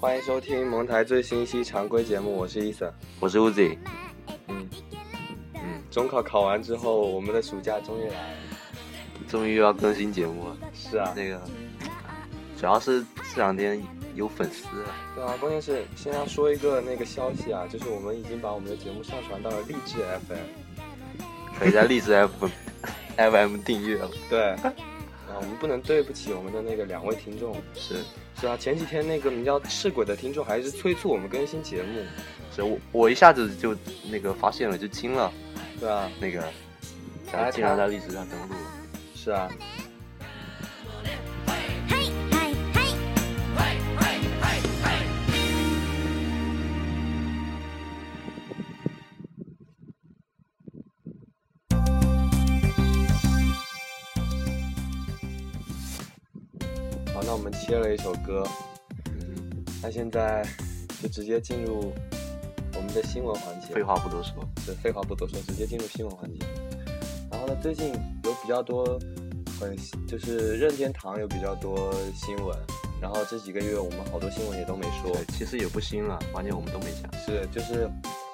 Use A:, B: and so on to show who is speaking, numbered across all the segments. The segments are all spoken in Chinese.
A: 欢迎收听蒙台最新一期常规节目，我是伊森。
B: 我是 Uzi，
A: 嗯嗯，中考考完之后，我们的暑假终于来了。
B: 终于又要更新节目了。
A: 是啊，
B: 那个主要是这两天有粉丝，
A: 对啊，关键是先要说一个那个消息啊，就是我们已经把我们的节目上传到了荔枝 FM。
B: 可以在荔枝 FM FM 订阅了。
A: 对，啊，我们不能对不起我们的那个两位听众。
B: 是
A: 是啊，前几天那个名叫赤鬼的听众还是催促我们更新节目。
B: 是，我我一下子就那个发现了，就惊了。
A: 对啊，
B: 那个，然
A: 哎
B: 后竟
A: 他
B: 然在荔枝上登录，
A: 是啊，好，那我们切了一首歌，
B: 嗯
A: 那现在就直接进入我们的新闻环节。
B: 废话不多说，
A: 对，废话不多说，直接进入新闻环节。然后呢，最近有比较多很就是任天堂有比较多新闻，然后这几个月我们好多新闻也都没说。
B: 对，其实也不新了，关键我们都没讲。
A: 是，就是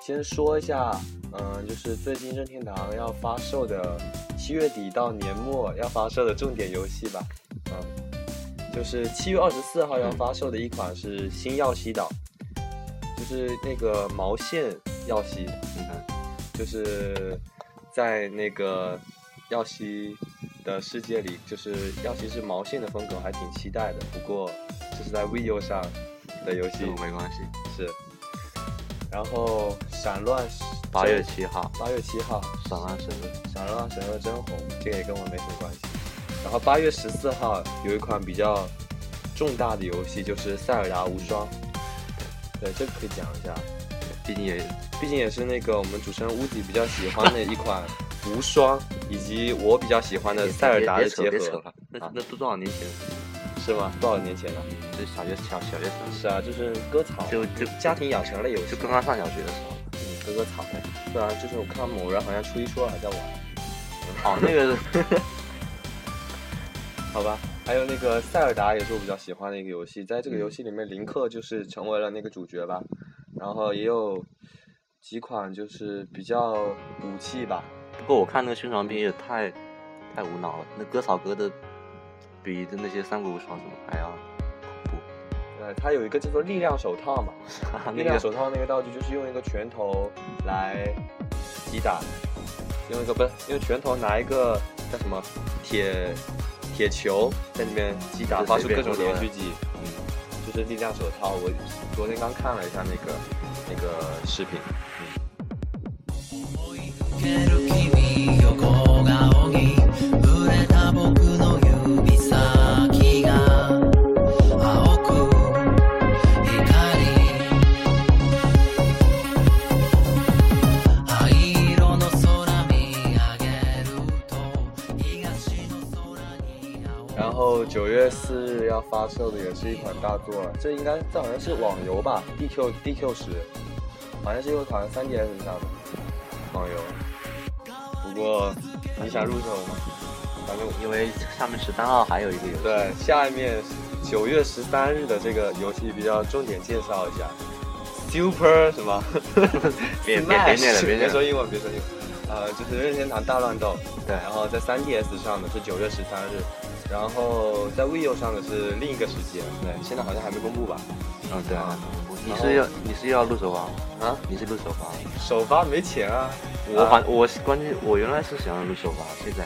A: 先说一下，嗯、就是最近任天堂要发售的七月底到年末要发售的重点游戏吧，嗯，就是七月二十四号要发售的一款是新耀西岛，就是那个毛线耀西，
B: 嗯，
A: 就是在那个耀西的世界里，就是耀西是毛线的风格，还挺期待的。不过这是在 VU 上的游戏
B: 这个没关系。
A: 是，然后闪乱
B: 八月七号，啊
A: 八月七号，
B: 上岸神乐，
A: 闪乱神和真红，这个也跟我没什么关系。然后八月十四号有一款比较重大的游戏，就是《塞尔达无双》，对，这个可以讲一下。
B: 毕竟也
A: 毕竟也是那个我们主持人乌迪比较喜欢的一款无双，以及我比较喜欢的
B: 也
A: 塞尔达的
B: 别
A: 结
B: 别扯别扯
A: 合，
B: 了，那
A: 啊
B: 那都多少年前？
A: 是吗？多少年前了？
B: 这小学小小学生，
A: 是啊，就是割草，
B: 就就
A: 家庭养成类游戏
B: 就，刚刚上小学的时候。
A: 嗯，割割草。对啊，就是我看某人好像初一初啊二还在玩，
B: 哦，那个
A: 好吧。还有那个塞尔达也是我比较喜欢的一个游戏，在
B: 嗯
A: 这个游戏里面，林克就是成为了那个主角吧，然后也有几款就是比较武器吧，
B: 不过我看那个宣传片也太太无脑了，那割草割的比那些三国无双什么还要恐
A: 呃，它有一个叫做力量手套嘛，
B: 怖。
A: 力
B: 那
A: 量
B: 个
A: 手套那个道具就是用一个拳头来击打，用一个不是用拳头拿一个叫什么铁铁球在里面击打，
B: 这
A: 发出
B: 随
A: 各
B: 便
A: 种
B: 说的
A: 连续击，
B: 嗯，
A: 就是力量手套。我昨天刚看了一下那个那个视频，
C: 「君横顔に触れた僕の指先が青く光」「灰色の空見上げると東の空に青
A: 然后九月四日要发售的也是一款大作，这应该这好像是网游吧，DQ DQ 十，好像是有款 3DS 上的网游。不过你想入手吗？反正我
B: 因为下面十三号还有一个游戏，
A: 对，下面九月十三日的这个游戏比较重点介绍一下，Super 什 么？
B: 别别别念了
A: Smash，
B: 别念了
A: 说英文，别说英文。呃，就是任天堂大乱斗，
B: 对
A: 然后在 3DS 上的是九月十三日，然后在 Wii U 上的是另一个时间，对，现在好像还没公布吧？
B: 嗯对
A: 啊，
B: 你是要你是要入手吧？
A: 啊，
B: 你是入手吧？
A: 首发没钱啊！
B: 我反我是关键我原来是想要入手吧，现在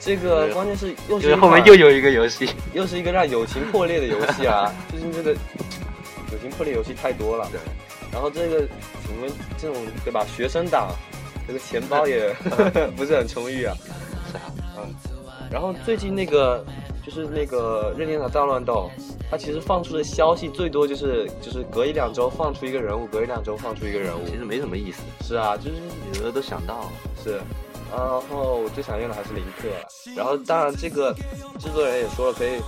A: 这个关键是又
B: 因
A: 是一
B: 为
A: 款
B: 后面又有一个游戏，
A: 又是一个让友情破裂的游戏啊！最近这个友情破裂游戏太多了。
B: 对，
A: 然后这个我们这种对吧，学生党，这个钱包也 不是很充裕啊。
B: 是啊，
A: 嗯，然后最近那个就是那个任天堂大乱斗，它其实放出的消息最多就是就是隔一两周放出一个人物，隔一两周放出一个人物
B: 其。实没什么意思，
A: 是啊，就是
B: 有的都想到了，
A: 是。然后我最想用的还是林克了。然后当然这个制作人也说了，可以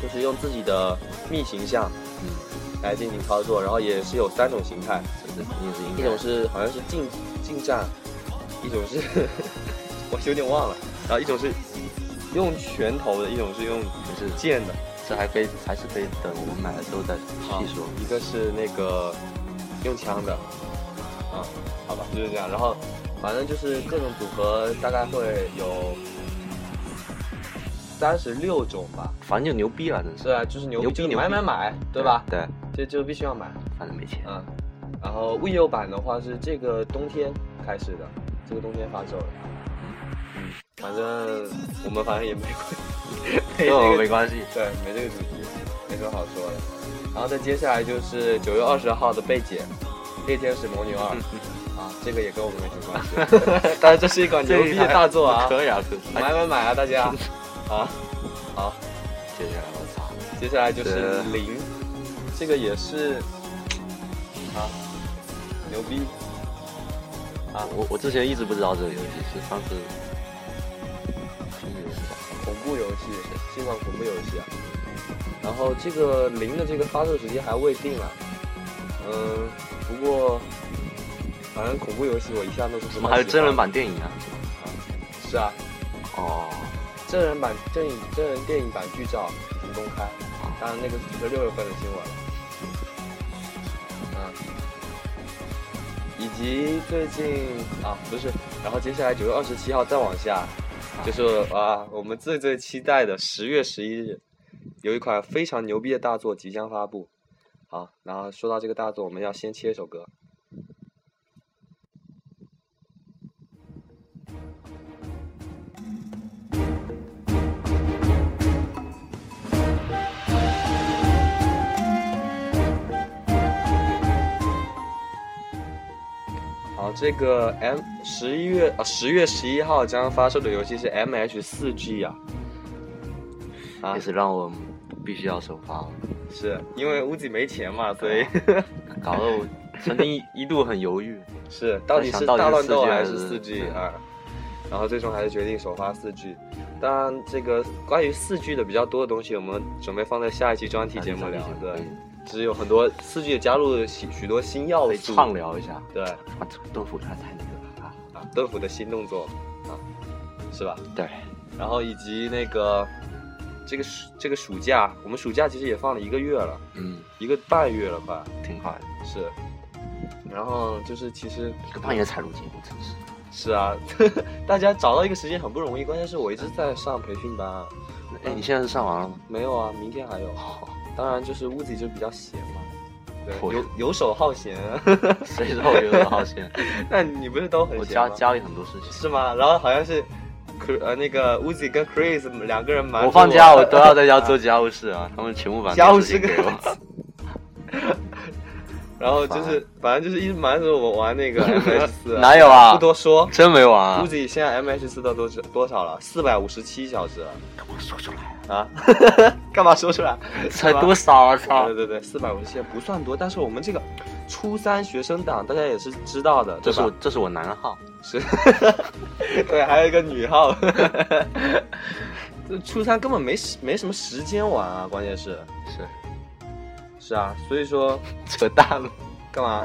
A: 就是用自己的逆形象
B: 嗯，
A: 来进行操作，然后也是有三种形态。
B: 这这肯定是应
A: 一
B: 该
A: 种是好像是近近战，一种是 我有点忘了，然后一种是用拳头的，一种是用
B: 是
A: 剑的，
B: 这还可以，还是可以等我们买了之后再
A: 好
B: 细说。，
A: 一个是那个用枪的，啊，好吧，就是这样。然后反正就是各种组合大概会有三十六种吧。
B: 反正就牛逼了，真
A: 是
B: 是。
A: 啊，就是牛逼，
B: 牛逼
A: 就是
B: 牛
A: 买
B: 逼
A: 买买，对吧？
B: 对，
A: 这就必须要买，
B: 反正没钱。
A: 嗯。然后 V 六版的话是这个冬天开始的，这个冬天发售的。嗯，反正我们反正也没 没
B: 跟
A: 这个
B: 我哦没关系。
A: 对，没这个主题，没什么好说的。然后再接下来就是九月二十号的贝姐，《猎天使魔女二》啊，这个也跟我们没什么关 系，但是这是一款 牛逼的大作 啊，
B: 可以啊，可以。
A: 买买买啊，大家啊！好，
B: 接下来我操，
A: 接下来就是
B: 是
A: 零，这个也是啊，牛逼
B: 啊我我之前一直不知道这个游戏，是上次听你说。
A: 恐怖游戏，是一款恐怖游戏啊。然后这个零的这个发售时间还未定啊，嗯，不过反正恐怖游戏我一向都是不太
B: 怎么还有
A: 喜欢
B: 真人？版电影啊？
A: 是啊，
B: 哦，
A: 真人版真影真人电影版剧照已经公开，当然那个是六月份的新闻了。嗯，以及最近啊不是，然后接下来九月二十七号再往下，就是啊我们最最期待的十月十一日，有一款非常牛逼的大作即将发布。好，然后说到这个大作，我们要先切一首歌。好，这个 M 十一月啊十月十一号将发售的游戏是 M H 四 G 啊，啊
B: 也是让我必须要首发了，哦
A: 是因为屋子没钱嘛，所 以
B: 搞得 我曾经一 一度很犹豫。
A: 是到底
B: 想
A: 是
B: 到底
A: 大乱
B: 是
A: 斗
B: 4G
A: 还
B: 还
A: 是
B: 是
A: 四 G
B: 对
A: 啊？然后最终还是决定首发四 G。当然，这个关于四 G 的比较多的东西，我们准备放在下一期专题节目聊。对，只有很多四 G 加入了许许多新要
B: 可以
A: 素。
B: 畅聊一下。
A: 对
B: 啊，这个豆腐它太那个了啊。
A: 啊，豆腐的新动作啊，是吧？
B: 对，
A: 然后以及那个这个暑这个暑假，我们暑假其实也放了一个月了，
B: 嗯，
A: 一个半月了吧？
B: 挺快的。
A: 是。然后就是其实
B: 一个半夜才录节目，真是。
A: 是啊， 大家找到一个时间很不容易，关键是我一直在上培训班啊。
B: 哎，你现在是上完了吗？
A: 没有啊，明天还有。
B: 哦，
A: 当然就是屋子就比较闲嘛，对，
B: 我
A: 游游手好闲。啊
B: 谁知道我有点好闲？
A: 那你不是都很
B: 我
A: 闲
B: 家
A: 吗？
B: 家里很多事情，
A: 啊是吗？然后好像是，呃，那个屋子跟 Chris 两个人瞒着
B: 我放假我都要在家做家务事 啊。他们全部把
A: 家务
B: 事
A: 事
B: 情给我。
A: 然后就是反正就是一直瞒着我玩 那个 MH 四、
B: 哪有啊
A: 不多说。
B: 真没玩啊
A: 估！计现在 MH 四到多少多少了？四百五十七小时了
B: 跟我说出来，
A: 啊！ 干嘛说出来？
B: 才多少啊！操
A: 对！对对，四百五十七不算多，但是我们这个初三学生党大家也是知道的，对
B: 这是我
A: 吧？
B: 这是我男号，
A: 是，对，还有一个女号。这 初三根本没时没什么时间玩啊，关键是
B: 是
A: 是啊，所以 说
B: 扯淡了。
A: 干 嘛？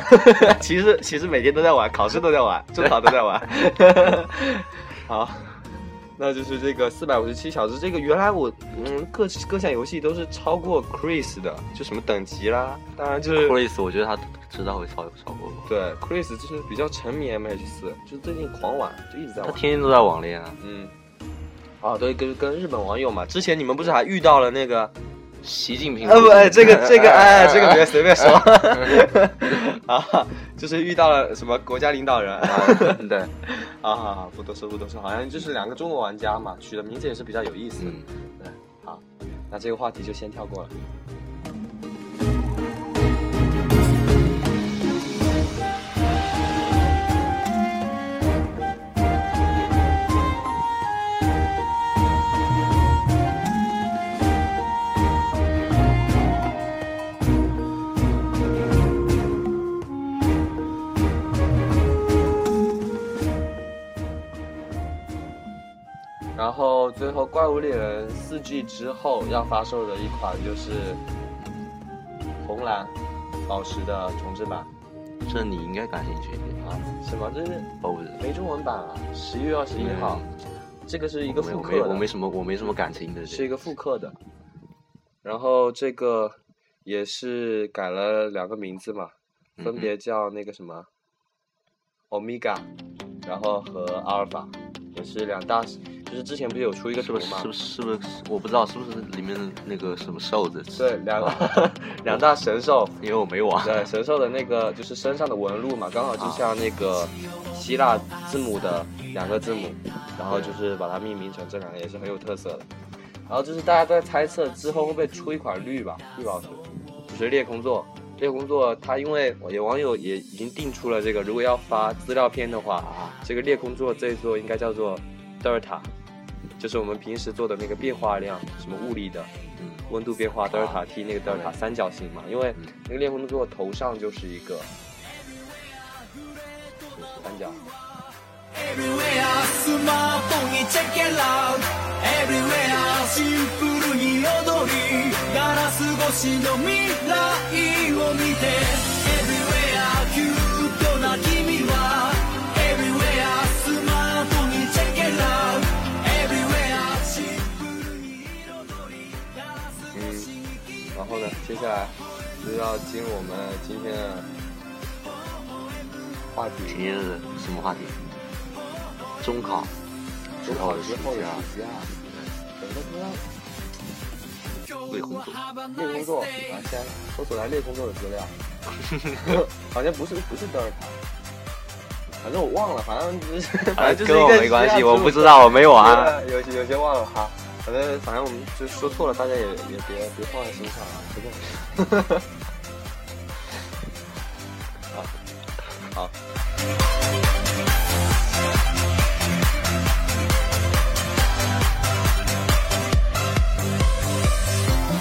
A: 其实其实每天都在玩，考试都在玩，中考都在 玩。好，那就是这个四百五十七小时，这个原来我嗯各各项游戏都是超过 Chris 的，就什么等级啦，当然就是
B: Chris，我觉得他迟早会超超过我。
A: 对 Chris 就是比较沉迷 MH 四，就是最近狂玩，就一直在
B: 他
A: 玩。
B: 天天都在网恋啊，
A: 嗯，啊，对，跟跟日本网友嘛，之前你们不是还遇到了那个
B: 习近平。
A: 呃，不，哎， 这个这个，哎，这个别随便说 啊，就是遇到了什么国家领导人 啊，
B: 个 对，
A: 好好好，不多说不多说，好像就是两个中国玩家嘛，取的名字也是比较有意思。
B: 嗯，
A: 对，好，那这个话题就先跳过了。然后最后《怪物猎人》四 G 之后要发售的一款就是红蓝宝石的重置版
B: 这你应该感兴趣一点。
A: 啊，什么这是
B: 我不知道，
A: 没中文版啊，十一月二十一号，这个是一个
B: 嗯我没
A: 复
B: 我
A: 刻
B: 没我没
A: 的，
B: 什么我没什么感情的。
A: 是一
B: 个
A: 个复刻的。然后这个也是改了两个名字嘛，
B: 嗯
A: 分别叫那个什么欧米伽，然后和阿尔法，也是两大，就是之前不是有出一个
B: 是
A: 图
B: 不是
A: 嘛
B: 是？不是是不是我不知道是不是里面的那个什么瘦子？
A: 对，两 两大神兽，
B: 因为我没玩。
A: 对，神兽的那个就是身上的纹路嘛，刚好就像那个希腊字母的两个字母，然后就是把它命名成这两个也是很有特色的。然后就是大家都在猜测之后会不会出一款绿吧，绿宝石，就是裂空座。裂空座它因为有网友也已经定出了这个，如果要发资料片的话，
B: 啊，
A: 这个裂空座这一座应该叫做德尔塔，就是我们平时做的那个变化量，什么物理的，
B: 嗯，
A: 温度变化德尔塔 T 那个德尔塔三角形嘛，因为
B: 嗯
A: 那个裂空座头上就是一个是三角，
C: Everywhere スマートにチェックラウ Everywhere シンプルに踊りガラス越しの未来を見て Everywhere キュートな君は Everywhere スマートにチェックラウ Everywhere シンプルに彩りガラス
A: 嗯，然后呢，接下来就要进入我们今天的话
B: 今
A: 题，
B: 天是什么话题？中考
A: 中考之后
B: 暑
A: 的
B: 假，
A: 暑假，整个都要
B: 为工作。
A: 猎工作，啊，先搜索来猎工作的资料，好像不是不是德尔塔，反正我忘了，反正就是反正哎就是
B: 哎跟
A: 一
B: 我
A: 个
B: 没关
A: 希
B: 系，
A: 腊
B: 我
A: 字
B: 不
A: 母
B: 知道，我没玩。
A: 对有些有些忘了哈，反正反正我们就说错了，大家也也别别放在心上啊，随便。好，好。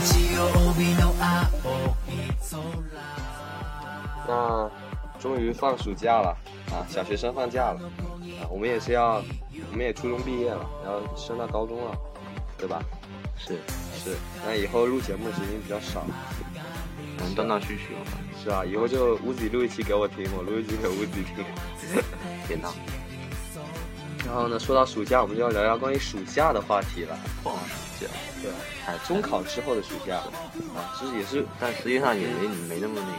C: 日曜日の青い空
A: 那终于放暑假了啊，小学生放假了啊，我们也是要，我们也初中毕业了，然后升到高中了，对吧？
B: 是，
A: 是，那以后录节目的时间比较少，
B: 可能断断续续。
A: 是啊，以后就屋子里录一期给我听，我录一期给屋子里听。
B: 天呐，
A: 然后呢，说到暑假，我们就要聊聊关于暑假的话题了。
B: 放暑假，
A: 对，哎
B: 还
A: 中考之后的暑假啊，就是也是
B: 哎但实际上也没没那么那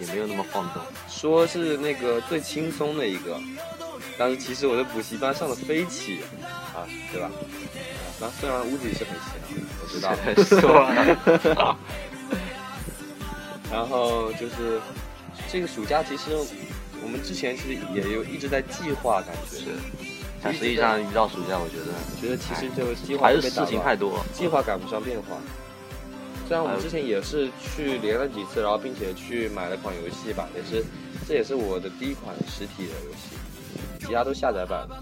B: 个，也没有那么放纵。
A: 说是那个最轻松的一个，但是其实我在补习班上的飞起啊，对吧？那虽然屋子里是很闲，我知道。
B: 说啊，
A: 然后就是这个暑假，其实我们之前其实也有一直在计划，感觉
B: 是，但实际上一到暑假，我觉
A: 觉得其实这个计
B: 得
A: 划
B: 还
A: 会
B: 是
A: 被打
B: 事情
A: 乱
B: 太多。
A: 计划赶不上变化。虽然我
B: 还
A: 们
B: 有
A: 之前也是去连了几次，然后并且去买了款游戏吧，也是，这也是我的第一款实体的游戏，其他都下载版的。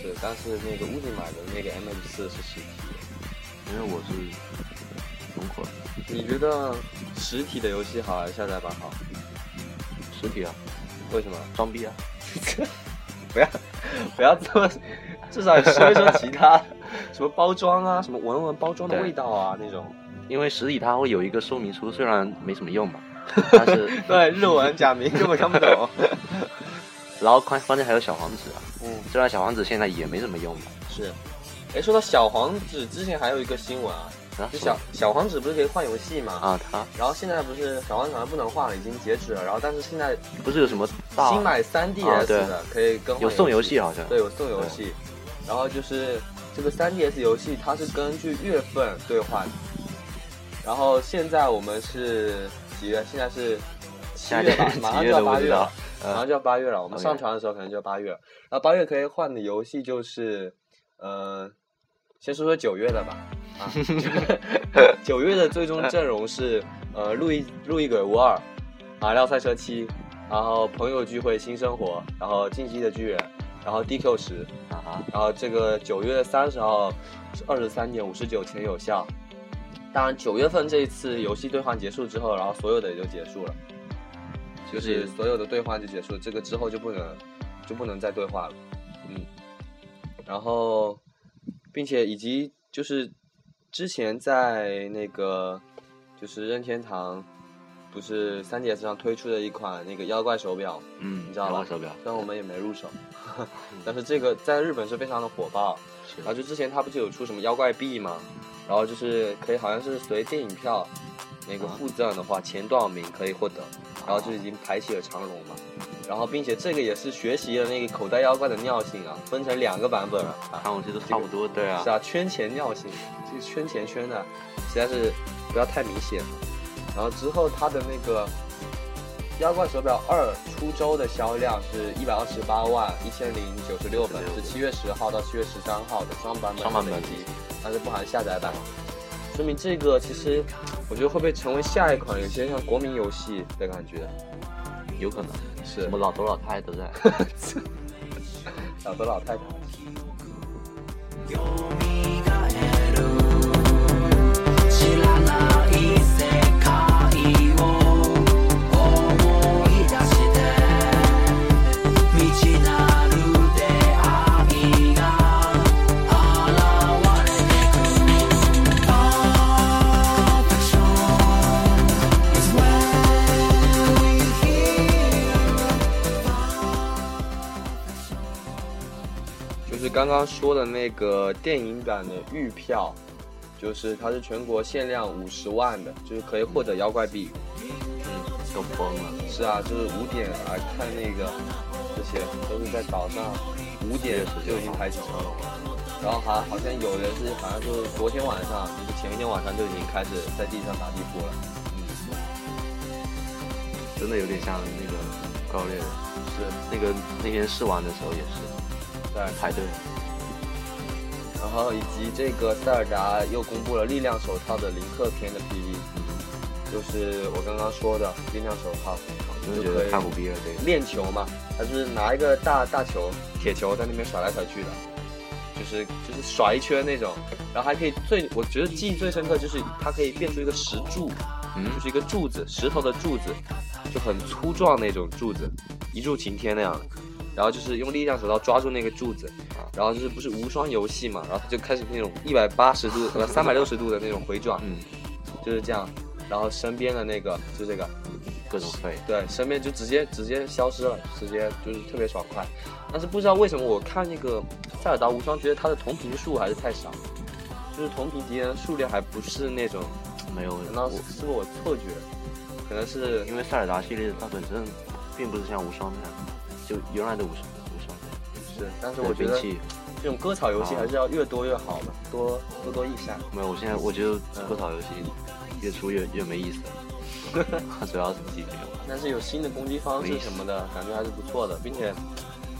A: 是，但是那个屋里买的那个 M M 四是实体
B: 因为我是龙口
A: 的。你觉得实体的游戏好还是下载版好？
B: 实体啊，
A: 为什么？
B: 装逼啊，
A: 不要， 不要这么，至少说一说其他， 什么包装啊，什么闻闻包装的
B: 对
A: 味道啊那种。
B: 因为实体它会有一个说明书，虽然没什 么用吧，但是
A: 对，日文假名根本看不懂。
B: 然后关关键还有小黄纸啊，
A: 嗯。
B: 虽然小黄纸现在也没什么用吧，
A: 是，哎，说到小黄纸，之前还有一个新闻啊，
B: 然后
A: 就小小黄纸不是可以换游戏嘛？
B: 啊，它
A: 然后现在不是小黄纸好像不能换了，已经截止了。然后但是现在
B: 不是有什么大
A: 新买 3DS
B: 啊对
A: 的、可以更换
B: 有送游
A: 戏
B: 戏，好像，
A: 对，有送游戏。然后就是这个 3DS 游戏，它是根据月份兑换。然后现在我们是几月？现在是七
B: 下一
A: 月吧，
B: 点
A: 马上就
B: 几月
A: 要
B: 都不
A: 八月
B: 知
A: 了
B: 道。，
A: 马上
B: 嗯，
A: 就要八月了，我们
B: OK
A: 上传的时候可能就要八月了。然后八月可以换的游戏就是，呃，先说说九月的吧。啊， 九月的最终阵容是呃路易路易鬼屋二，马里奥赛车七，然后朋友聚会新生活，然后进击的巨人，然后 DQ 十，
B: 啊，
A: 然后这个九月三十号是二十三点五十九前有效。当然，九月份这一次游戏兑换结束之后，然后所有的也就结束了，就是所有的兑换就结束，这个之后就不能就不能再兑换了，嗯。然后，并且以及就是之前在那个就是任天堂不是 3DS 上推出的一款那个妖怪手表，
B: 嗯，
A: 你知道吧
B: 然后手表
A: 虽然我们也没入手， 但是这个在日本是非常的火爆。
B: 是
A: 然后就之前他不是有出什么妖怪币吗？然后就是可以好像是随电影票那个附赠的话，前多少名可以获得，然后就已经排起了长龙嘛。然后并且这个也是学习了那个口袋妖怪的尿性啊，分成两个版本了啊。
B: 看我这都差不多，对啊
A: 是，啊，圈钱尿性，这个圈钱圈的，实在是不要太明显了。然后之后它的那个妖怪手表二出周的销量是一百二十八万一千零九十六本，是七月十号到七月十三号的双版本
B: 双版本
A: 累计，但是不含下载版。说明这个其实，我觉得会不会成为下一款有些像国民游戏的感觉？
B: 有可能
A: 是
B: 什么老头老太 都在。
A: 老头老太太。
C: 知らない世界を思い出して未知なる出会いが現れてく Perfection is when we hear
A: 就是刚刚说的那个电影版的预票，就是它是全国限量五十万的，就是可以获得妖怪币。
B: 嗯都崩了，
A: 是啊，就是五点来看那个，这些都是在早上五点就已经排起长龙了。然后还好像有人是好像就是昨天晚上，就前一天晚上就已经开始在地上打地铺了。
B: 真的有点像那个怪物猎人。
A: 是，
B: 那个那天试玩的时候也是
A: 对。
B: 排队，
A: 然后以及这个塞尔达又公布了力量手套的零刻篇的 PV，就是我刚刚说的力量手套，
B: 真
A: 就
B: 的觉
A: 可
B: 得太虎
A: 以
B: 逼了这个。
A: 练球嘛，他就是拿一个大大球铁球在那边甩来甩去的，就是就是甩一圈那种，然后还可以最我觉得记忆最深刻就是它可以变出一个石柱，
B: 嗯
A: 就是一个柱子石头的柱子，就很粗壮那种柱子，一柱擎天那样的，然后就是用力量手套抓住那个柱子，然后就是不是无双游戏嘛，然后他就开始那种一百八十度呃三百六十度的那种回转，
B: 嗯，
A: 就是这样，然后身边的那个就这个，
B: 各种废，
A: 对，身边就直接直接消失了，直接就是特别爽快。但是不知道为什么，我看那个塞尔达无双，觉得它的同屏数还是太少，就是同屏敌人的数量还不是那种，
B: 没有。
A: 难道是
B: 我
A: 是我错觉？可能是
B: 因为塞尔达系列它本身并不是像无双那样，就原来的无双无双那样。
A: 是，但是我觉
B: 对
A: 得
B: 兵器
A: 这种割草游戏
B: 啊
A: 还是要越多越好嘛，多多多益善。
B: 没有，我现在我觉得
A: 嗯
B: 割草游戏越出越越没意思 了，主要是技能。
A: 但是有新的攻击方式什么的，感觉还是不错的，并且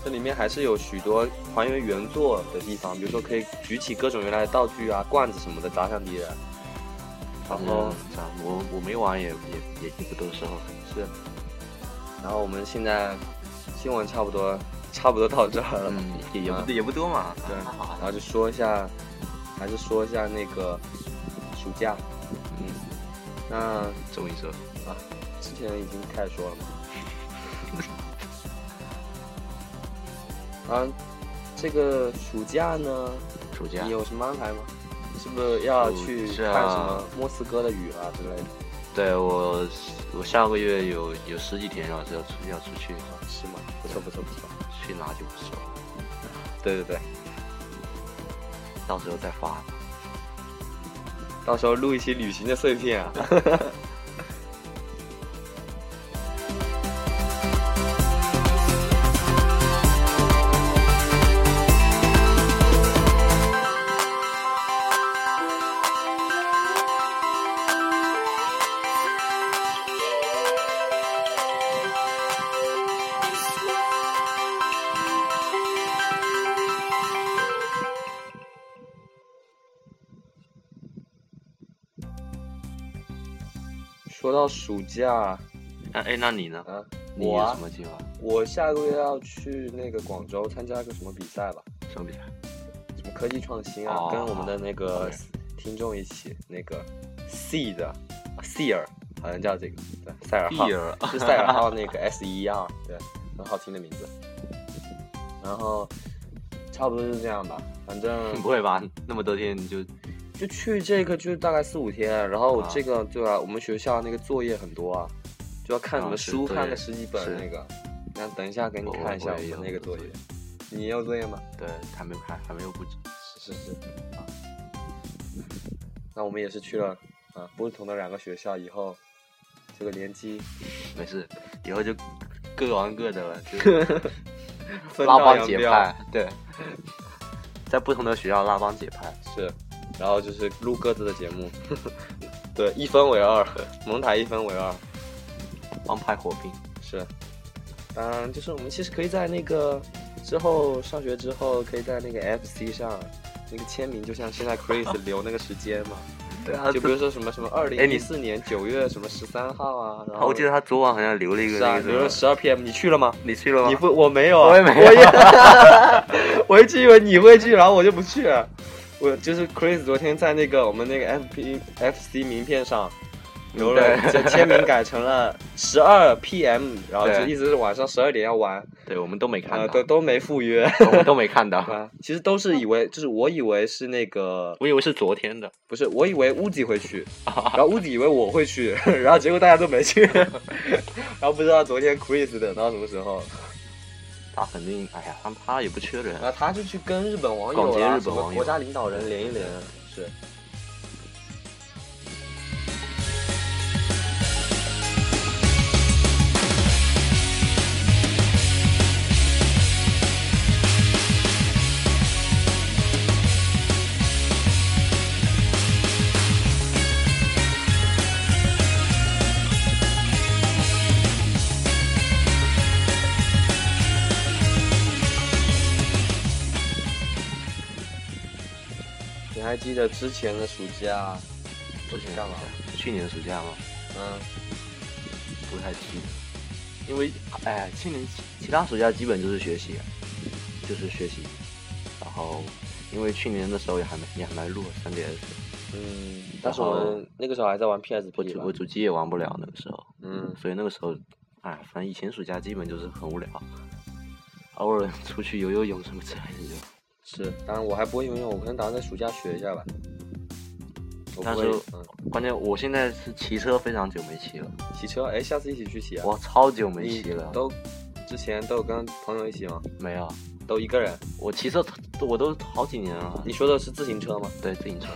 A: 这里面还是有许多还原原作的地方，比如说可以举起各种原来的道具啊、罐子什么的砸向敌人。然
B: 反正
A: 后
B: 这样，嗯啊我我没玩也也也也不多时候。
A: 是，然后我们现在新闻差不多差不多到这儿了，
B: 嗯，也也
A: 啊
B: 不也不多嘛。
A: 对，然后就说一下，还是说一下那个暑假，嗯，那
B: 终于说，
A: 啊，之前已经开始说了嘛。 啊，这个暑假呢，
B: 暑假
A: 你有什么安排吗？是不是要
B: 暑
A: 去看
B: 假
A: 什么莫斯科的雨啊之类的？
B: 对我我下个月有有十几天要是要出要出去，
A: 是吗？不错不错不错。
B: 去哪就不说了，
A: 对对对，
B: 到时候再发。
A: 到时候录一期旅行的碎片啊。 说到暑假
B: 那哎，那你呢？
A: 啊，
B: 你
A: 我
B: 有
A: 啊
B: 什，么计划？
A: 我下个月要去那个广州参加个什么比赛吧，
B: 什么比赛？
A: 什么科技创新啊，
B: 哦
A: 跟我们的那个
B: 对
A: 听众一起那个 C 的 C 尔，好像叫这个对赛尔号
B: Seer
A: 是赛尔号 那个 S E R，对，很好听的名字。然后差不多就这样吧，反正
B: 不会吧？那么多天你就
A: 就去这个就大概四五天，然后
B: 啊
A: 这个对吧、我们学校那个作业很多啊，就要看什么
B: 啊是
A: 书，看个
B: 对
A: 十几本
B: 是
A: 那个。那等一下给你
B: 我
A: 看一下
B: 我
A: 我
B: 也
A: 们
B: 有
A: 那个作业
B: 作业，
A: 你也有作业吗？
B: 对还没还还没有布置。
A: 是是是。那我们也是去了啊不同的两个学校以后，这个联机
B: 没事，以后就各玩各的了，就
A: 分道
B: 拉帮
A: 扬
B: 结
A: 镳
B: 派，对，在不同的学校拉帮结派，
A: 是，然后就是录各自的节目， 对，一分为二，蒙台一分为二。
B: 帮派火拼。
A: 是，当然就是我们其实可以在那个之后上学之后，可以在那个 FC 上那个签名，就像现在 Chris 留那个时间嘛，
B: 对啊
A: 就比如说什么什么二
B: 哎
A: 零
B: 你
A: 一四年九月什么十三号啊，然
B: 啊
A: 后
B: 我记得他昨晚好像留了一个
A: 是啊，
B: 那
A: 比
B: 个
A: 如
B: 什
A: 说
B: 么，
A: 十二 PM，你去了吗？
B: 你去了吗？
A: 你不，我没有啊，
B: 我也没有
A: 我也， 我一直以为你会去，然后我就不去。我就是 Chris 昨天在那个我们那个 FP FC 名片上留了
B: 对
A: 这签名改成了十二 PM，然后就
B: 对
A: 一直是晚上十二点要玩，
B: 对我们都没看
A: 啊，
B: 到，
A: 都都没赴约
B: 我们都没看到，
A: 啊。其实都是以为，就是我以为是那个，
B: 我以为是昨天的，
A: 不是，我以为乌吉会 去，然后乌吉以为我会去， 然后结果大家都没去， 然后不知道昨天 Chris 等到什么时候，
B: 他肯定，哎呀，他们他也不缺人，
A: 然后他就去跟日本网
B: 广
A: 友
B: 结日
A: 啊、
B: 本
A: 什么
B: 网友
A: 国家领导人连一连，是。你还记得之前的暑假，啊
B: 昨天
A: 干嘛？
B: 去年暑假吗？
A: 嗯，
B: 不太记得，因为哎，去年其其他暑假基本就是学习，啊就是学习，然后因为去年的时候也还没也还没录 3DS，
A: 嗯，但是我们那个时候还在玩 PSP
B: 我主
A: 吧
B: 我主机也玩不了那个时候，
A: 嗯，
B: 所以那个时候，哎，反正以前暑假基本就是很无聊，偶尔 出去游游泳什么之类的就。
A: 是，当然我还不会游泳，我可能打算在暑假学一下吧。我
B: 但
A: 不
B: 是
A: 会，嗯，
B: 关键我现在是骑车非常久没骑了，
A: 骑车，哎，下次一起去骑啊。
B: 我超久没
A: 你
B: 骑了，
A: 都之前都有跟朋友一起吗？
B: 没有。
A: 都一个人？
B: 我骑车我都好几年了，
A: 你说的是自行车吗？
B: 对自行车，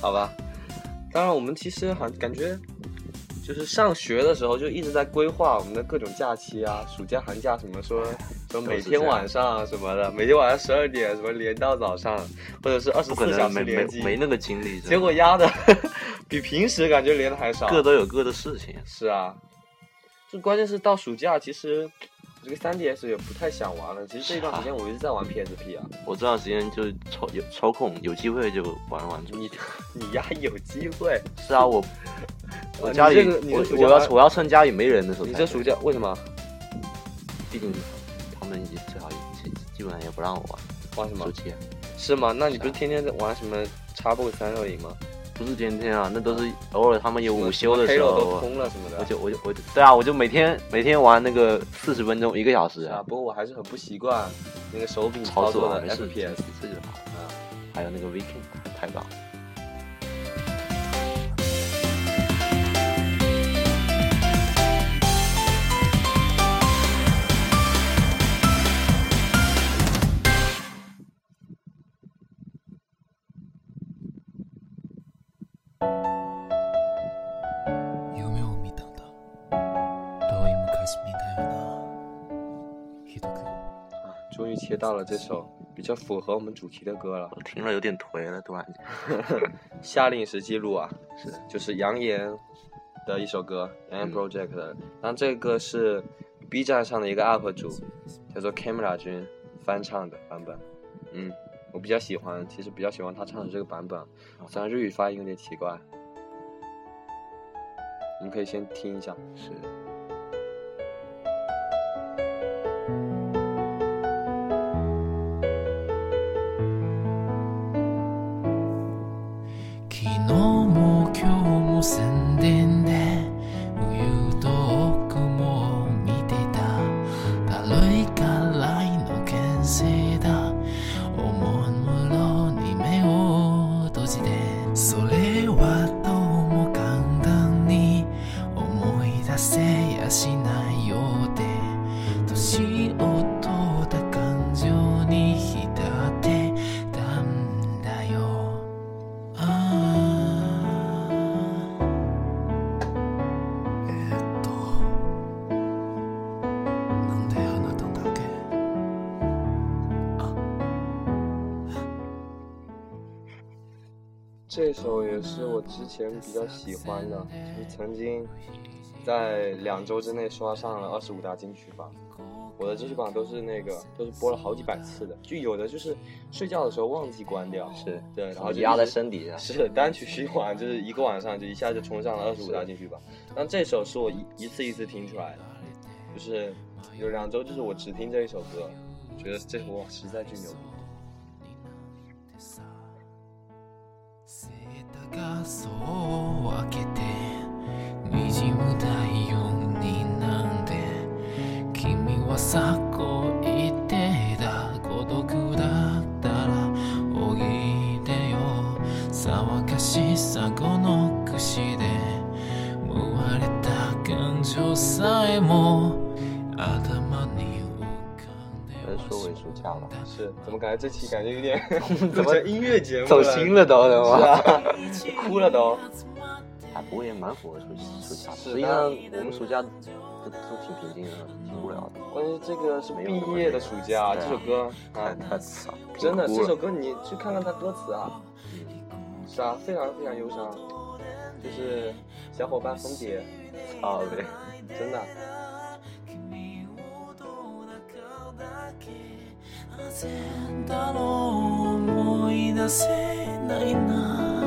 A: 好吧。当然，我们其实好像感觉，就是上学的时候就一直在规划我们的各种假期啊，暑假、寒假什么说说每
B: 都是这
A: 天
B: 样
A: 晚上什么的，每天晚上十二点什么连到早上，或者是二十
B: 不可
A: 四小
B: 能
A: 时
B: 没没
A: 连机，
B: 没那个精力。真的
A: 结果压的 比平时感觉连的还少。
B: 各都有各的事情，
A: 是啊，就关键是到暑假，其实我这个 3DS 也不太想玩了。其实这一段
B: 啊
A: 时间我一直在玩 PSP 啊，
B: 我这段时间就抽有抽空有机会就玩玩主
A: 你
B: 机。
A: 你丫有机会，
B: 是啊，我我家
A: 你
B: 里
A: 这个你这暑
B: 我
A: 假
B: 我要我要趁家里没人的时候才
A: 你
B: 可以。
A: 这暑假为什么？
B: 毕竟他们已经最好基基本上也不让我玩
A: 玩什
B: 手
A: 么？
B: 机，
A: 是吗？那你不是
B: 是啊
A: 天天在玩什么 Xbox 三六零吗？
B: 不是天天啊，那都是偶尔他们有午休的
A: 黑
B: 时
A: 肉
B: 候，
A: 都
B: 我
A: 通了什么的。
B: 我就我就我就对啊，我就每天每天玩那个四十分钟一个小时
A: 是啊，，不过我还是很不习惯那个手柄
B: 操
A: 操
B: 作
A: 作
B: 啊嗯
A: 的
B: 没事，这
A: FPS
B: 这就好。
A: 啊。
B: 还有那个 Viking 太棒了，
D: 夢を見たんだ遠い昔みたいなひどく
A: 啊终于切到了这首比较符合我们主题的歌了。
B: 我听了有点颓了，突然间。
A: 夏令时记录啊，
B: 是嗯的
A: 就是杨言的一首歌，杨言 Project 的。然后这个是 B 站上的一个 UP 主，叫做 Camera 君翻唱的版本。嗯，我比较喜欢，其实比较喜欢他唱的这个版本，啊
B: 哦
A: 虽然日语发音有点奇怪。你们可以先听一下。
B: 是
D: 昨日も今日も宣伝で冬と奥も見てただるいからいの牽制だおもむろに目を閉じてそれはどうも簡単に思い出せやしないようで年を取った感情に浸ってたんだよ
A: 这首也是我之前比较喜欢的，就是曾经在两周之内刷上了二十五大金曲榜。我的金曲榜都是那个，都是播了好几百次的，就有的就是睡觉的时候忘记关掉，
B: 是，
A: 对，然后就
B: 压在啊
A: 一直
B: 身底上，
A: 是单曲循环，就是一个晚上就一下就冲上了二十五大金曲榜。但这首是我一一次一次听出来的，就是有两周就是我只听这一首歌，觉得这首哇实在巨牛逼。
D: がそう開けて滲む太陽になんで君はさこいてだ孤独だったらおいでよ騒がしさこの櫛で生まれた感情さえも頭に浮かんで
B: 能说为数家吗？
A: 是怎么感觉这期感觉有点
B: 怎
A: 怎
B: 么
A: 么音乐节目
B: 走心了都，对吧？
A: 哭了都。
B: 啊，不过也蛮符合暑暑假的。
A: 是
B: 实际上，我们暑假都都挺平静的，挺无聊的。
A: 关键是这个是毕业的暑假，
B: 对啊
A: 这首歌
B: 太
A: 啊，
B: 太惨，
A: 真的
B: 哭
A: 这
B: 了
A: 首歌你去看看它歌词啊，是啊，非常非常忧伤，就是小伙伴红蝶，
B: 啊，对，
A: 真的。
D: 君をどうだかだけなぜだろう思い出せないな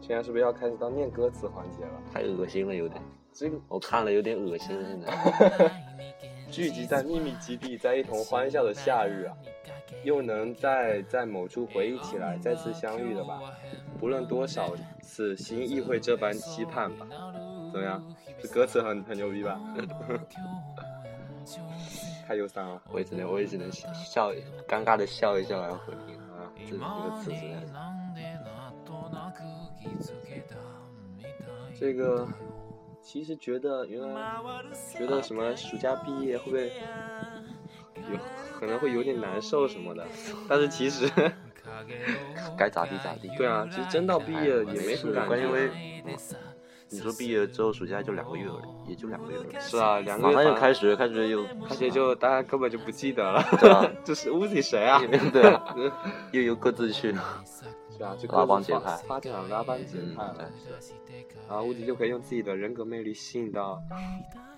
A: 现在是不是要开始到念歌词环节了？
B: 太恶心了，有点。
A: 这个
B: 我看了有点恶心了，现在。
A: 聚集在秘密基地，在一同欢笑的夏日啊，又能在在某处回忆起来，再次相遇的吧？不论多少次心意会这般期盼吧？怎么样？这歌词很很牛逼吧？太忧伤了。
B: 我也只能，我也只能笑笑，尴尬的笑一笑，然后回应啊，这这个词实在是。
A: 这个其实觉得原来觉得什么暑假毕业会不会有可能会有点难受什么的，但是其实
B: 该咋地咋地。
A: 对啊，其实真到毕业也没什么感觉。
B: 关键因为你说 毕业之后暑假就两个月而已，也就两个月而已。
A: 是啊，两个
B: 马
A: 月
B: 上就
A: 反
B: 开学，开学又
A: 而且就大家根本就不记得了，
B: 对啊
A: 这是 Uzi 谁 啊？
B: 对啊，又又各自去，
A: 是啊，就
B: 拉帮结派
A: 发展拉帮结
B: 嗯
A: 派了，
B: 对
A: 然后 Uzi 啊就可以用自己的人格魅力吸引到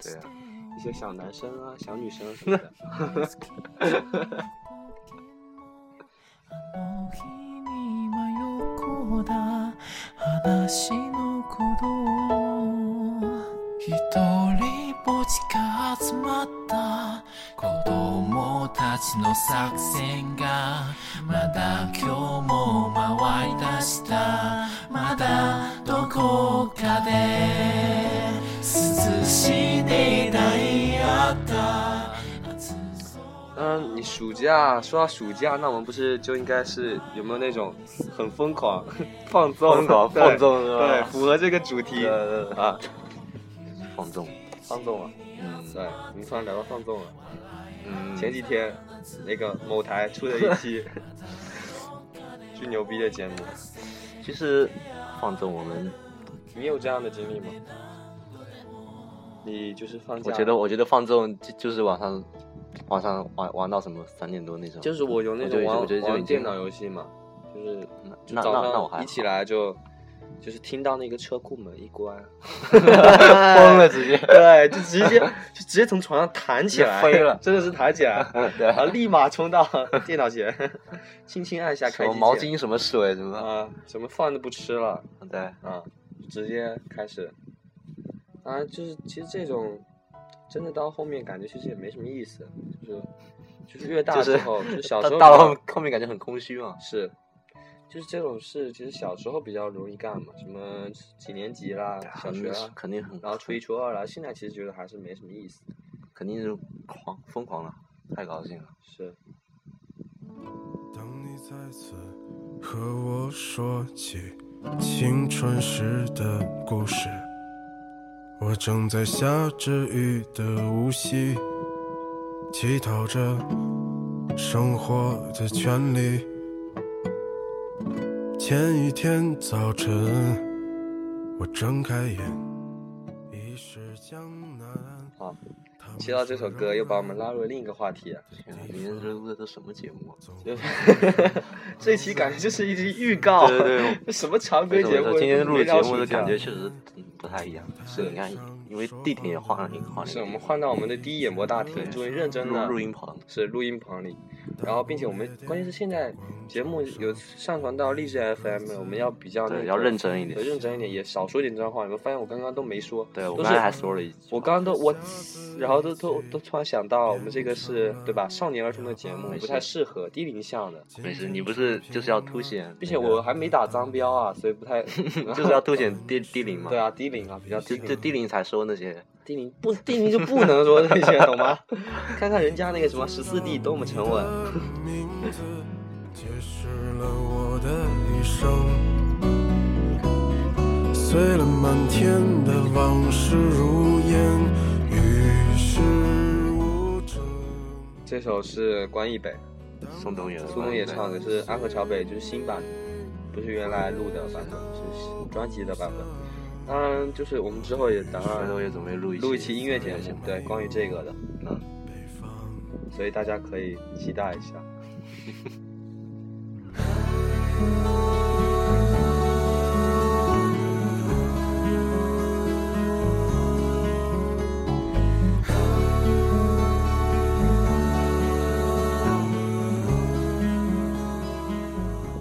B: 对啊，
A: 一些 小男生啊、小女生什么 的。
D: あの日に真横だ話の鼓動一人ぼっちが集まった子供たちの作戦がまだ今日も回り出したまだどこかで涼しいデイダイあった夏
A: 嗯，你暑假说到暑假，那我们不是就应该是有没有那种很疯狂、 放纵、
B: 疯狂
A: 对
B: 放纵是吧
A: 对，符合这个主题啊，
B: 放纵。
A: 放纵了。
B: 嗯，
A: 对，我们突然聊到放纵了。
B: 嗯
A: 前几天那个某台出了一期 巨牛逼的节目，
B: 其实放纵我们，
A: 你有这样的经历吗？你就是放假，
B: 我觉得我觉得放纵就就是晚上晚上玩玩到什么三点多那种。
A: 就是我有那种
B: 我觉得
A: 玩
B: 我觉得就已
A: 玩
B: 经
A: 电脑游戏嘛，就是
B: 那
A: 早
B: 那那
A: 上
B: 我还
A: 一起来就就是听到那个车库门一 关，
B: 疯了直接。
A: 对，就直接就直接从床上弹起来，
B: 直接飞了
A: 真的是弹起来，
B: 对
A: 然后立马冲到电脑前， 轻轻按下
B: 什
A: 开
B: 么
A: 机
B: 毛
A: 键
B: 巾什么水什么
A: 啊，什么饭都不吃了
B: 的，对，
A: 啊，就直接开始。啊，就是其实这种真的到后面感觉其实也没什么意思，就是就是越大
B: 就
A: 之
B: 是
A: 后，就是小
B: 到
A: 时候
B: 到
A: 比
B: 了
A: 较
B: 后后面感觉很空虚嘛。
A: 是，就是这种事，其实小时候比较容易干嘛，什么几年级啦，
B: 啊
A: 小学啦，
B: 肯定很，
A: 然后初一初二啦，现在其实觉得还是没什么意思。
B: 肯定是狂疯狂了，太高兴了。
A: 是，
E: 当你再次和我说起青春时的故事，我正在下着雨的无锡，乞讨着生活的权利。前一天早晨，我睁开眼，已是江南。
A: 好，
B: 嗯
A: 提到这首歌又把我们拉入了另一个话题啊。
B: 天啊，你们这录的都什么节目啊？
A: 这一期感觉就是一支预告，
B: 对对对
A: 这什么常规
B: 没错
A: 节
B: 没
A: 目
B: 错
A: 都
B: 今天录
A: 没
B: 的
A: 绕
B: 节
A: 薯
B: 目的
A: 条
B: 感觉确实嗯不太一样，是你看，因为地点也换了，你
A: 啊
B: 换了一
A: 是
B: 个，
A: 我们换到我们的第一演播大厅，终于认真
B: 录
A: 的
B: 录音棚，
A: 是录音棚里，然后并且我们关键是现在节目有上传到荔枝 FM，我们要比较那
B: 对，
A: 个
B: 要认真一
A: 对
B: 点。
A: 认真一点，也少说一点脏话。你们发现我刚刚都没说，
B: 对我
A: 都
B: 刚
A: 是
B: 才还说了一句，
A: 我刚刚都我，然后都都都突然想到，我们这个是对吧？少年儿童的节目
B: 没
A: 不
B: 事
A: 太适合低龄向的，
B: 没事，你不是就是要凸显那个，
A: 并且 我还没打脏标啊，所以不 太
B: 就是要凸显低低龄嘛，
A: 对，啊，低龄啊，比较低
B: 就
A: 龄
B: 就低龄才说那些，
A: 低龄不低龄就不能说这些，懂 吗？看看人家那个什么十四弟多么沉 稳，
E: 名字解释了我的一生，碎了满天的往事如烟，与世无争。
A: 这首是关一北，
B: 宋冬野的
A: 苏
B: 歌，
A: 东啊野唱的，是安河桥北，就是新版，不是原来录的版本，是新专辑的版本。当然，就是我们之后也打
B: 回
A: 算
B: 头也准备录一
A: 录一期音乐节
B: 节
A: 目，对，关于这个的，
B: 嗯，
E: 北方，
A: 所以大家可以期待一下。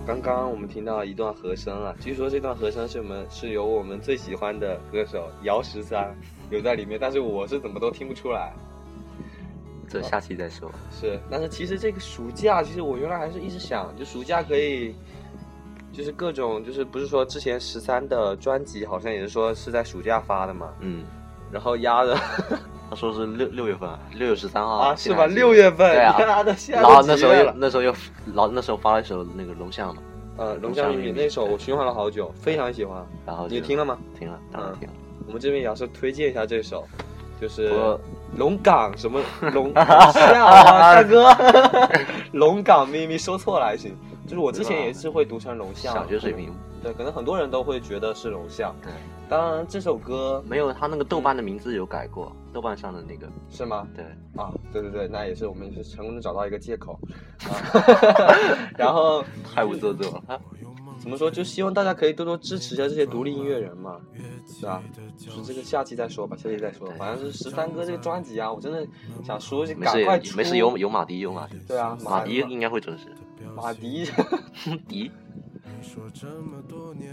A: 刚刚我们听到一段和声啊，据说这段和声是我们是由我们最喜欢的歌手姚十三有在里面，但是我是怎么都听不出来。
B: 这下期再说。
A: 是，但是其实这个暑假，其实我原来还是一直想，就暑假可以，就是各种，就是不是说之前十三的专辑好像也是说是在暑假发的嘛，
B: 嗯，
A: 然后压的
B: 他说是六六月份，六月十三号
A: 啊，是吧？
B: 啊现在
A: 六月份，
B: 对啊
A: 压的现在
B: 然后
A: 都
B: 那
A: 几
B: 时候
A: 月
B: 又
A: 了
B: 那时候又然后那时候发了一首那个龙象嘛，
A: 呃，龙
B: 龙
A: 江
B: 江
A: 玉米
B: 玉米
A: 那首我循环了好久，非常喜欢。
B: 然后
A: 你
B: 就
A: 听了嗯吗？
B: 听了，当然听了。
A: 我们这边也要是推荐一下这首，就是
B: 不过
A: 龙岗 什么龙龙下啊，大哥，龙岗咪咪说错了还行，就是我之前也是会读成龙象，
B: 小学水平，
A: 对，可能很多人都会觉得是龙象。
B: 对，
A: 当然，这首歌
B: 没有他那个豆瓣的名字有改过，豆瓣上的那个，
A: 是吗？
B: 对，
A: 啊，对对对，那也是我们也是成功的找到一个借口。啊、然后
B: 太不做作了。
A: 啊怎么说，就希望大家可以多多支持一下这些独立音乐人
E: 嗯
A: 嘛，是啊。就是这个下期再说吧，下期再说。反正是十三哥这个专辑啊，我真的想说就
B: 没
A: 赶
B: 事
A: 快出。
B: 没事，有有马迪有 马迪，
A: 对啊，
B: 马迪
A: 马
B: 应该会准时。
A: 马 迪，
B: 迪，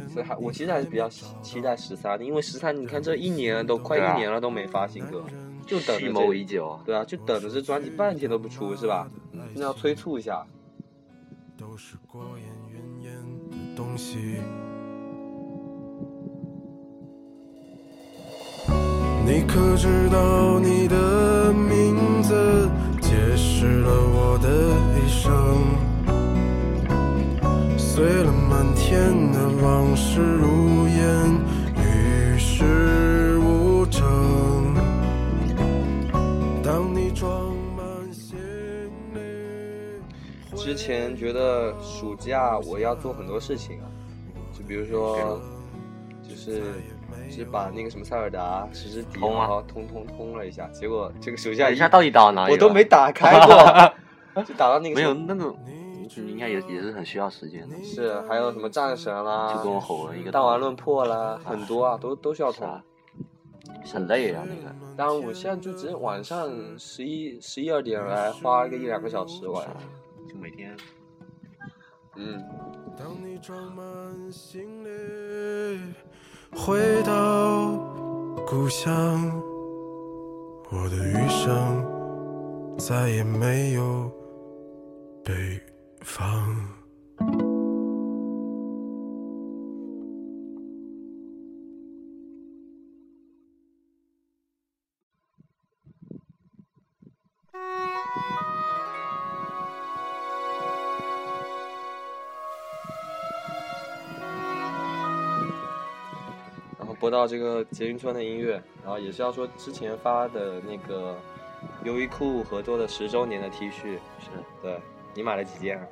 A: 所以还我其实还是比较期期待十三的，因为十三你看这一年都快
B: 对啊
A: 一年了都没发新歌，
E: 嗯
A: 就等
B: 蓄
A: 着
B: 谋已
A: 这
B: 久啊。
A: 对啊，就等着这专辑半天都不出是吧？那要催促一下。
E: 都是过眼云烟的东西。你可知道你的名字解释了我的一生？碎了满天的往事如烟，与世无争。当你装满行李。
A: 之前觉得暑假我要做很多事情啊，就比如
B: 啊
A: 说，就是就是把那个什么塞尔达十之敌
B: 通啊
A: 然后通通通了一下，结果这个暑假
B: 等一
A: 一
B: 下到底打到哪里了？
A: 我都没打开 过，就打到那个什
B: 没有
A: 么
B: 那种，应该也也是很需要时间的。
A: 是还有什么战神啦，
B: 就跟我吼了一个
A: 弹丸论破啦，很多啊，都都需要
B: 是
A: 通。
B: 啊，很累啊那个。
A: 当然，我现在就只是晚上十一十一二点来花个一两个小时玩。
B: 啊就每天
A: 嗯，
E: 当你装满行李，回到故乡，我的余生再也没有北方。
A: 然后播到这个捷运村的音乐，然后也是要说之前发的那个优衣库合作的十周年的 T 恤，
B: 是
A: 对你买了几件啊？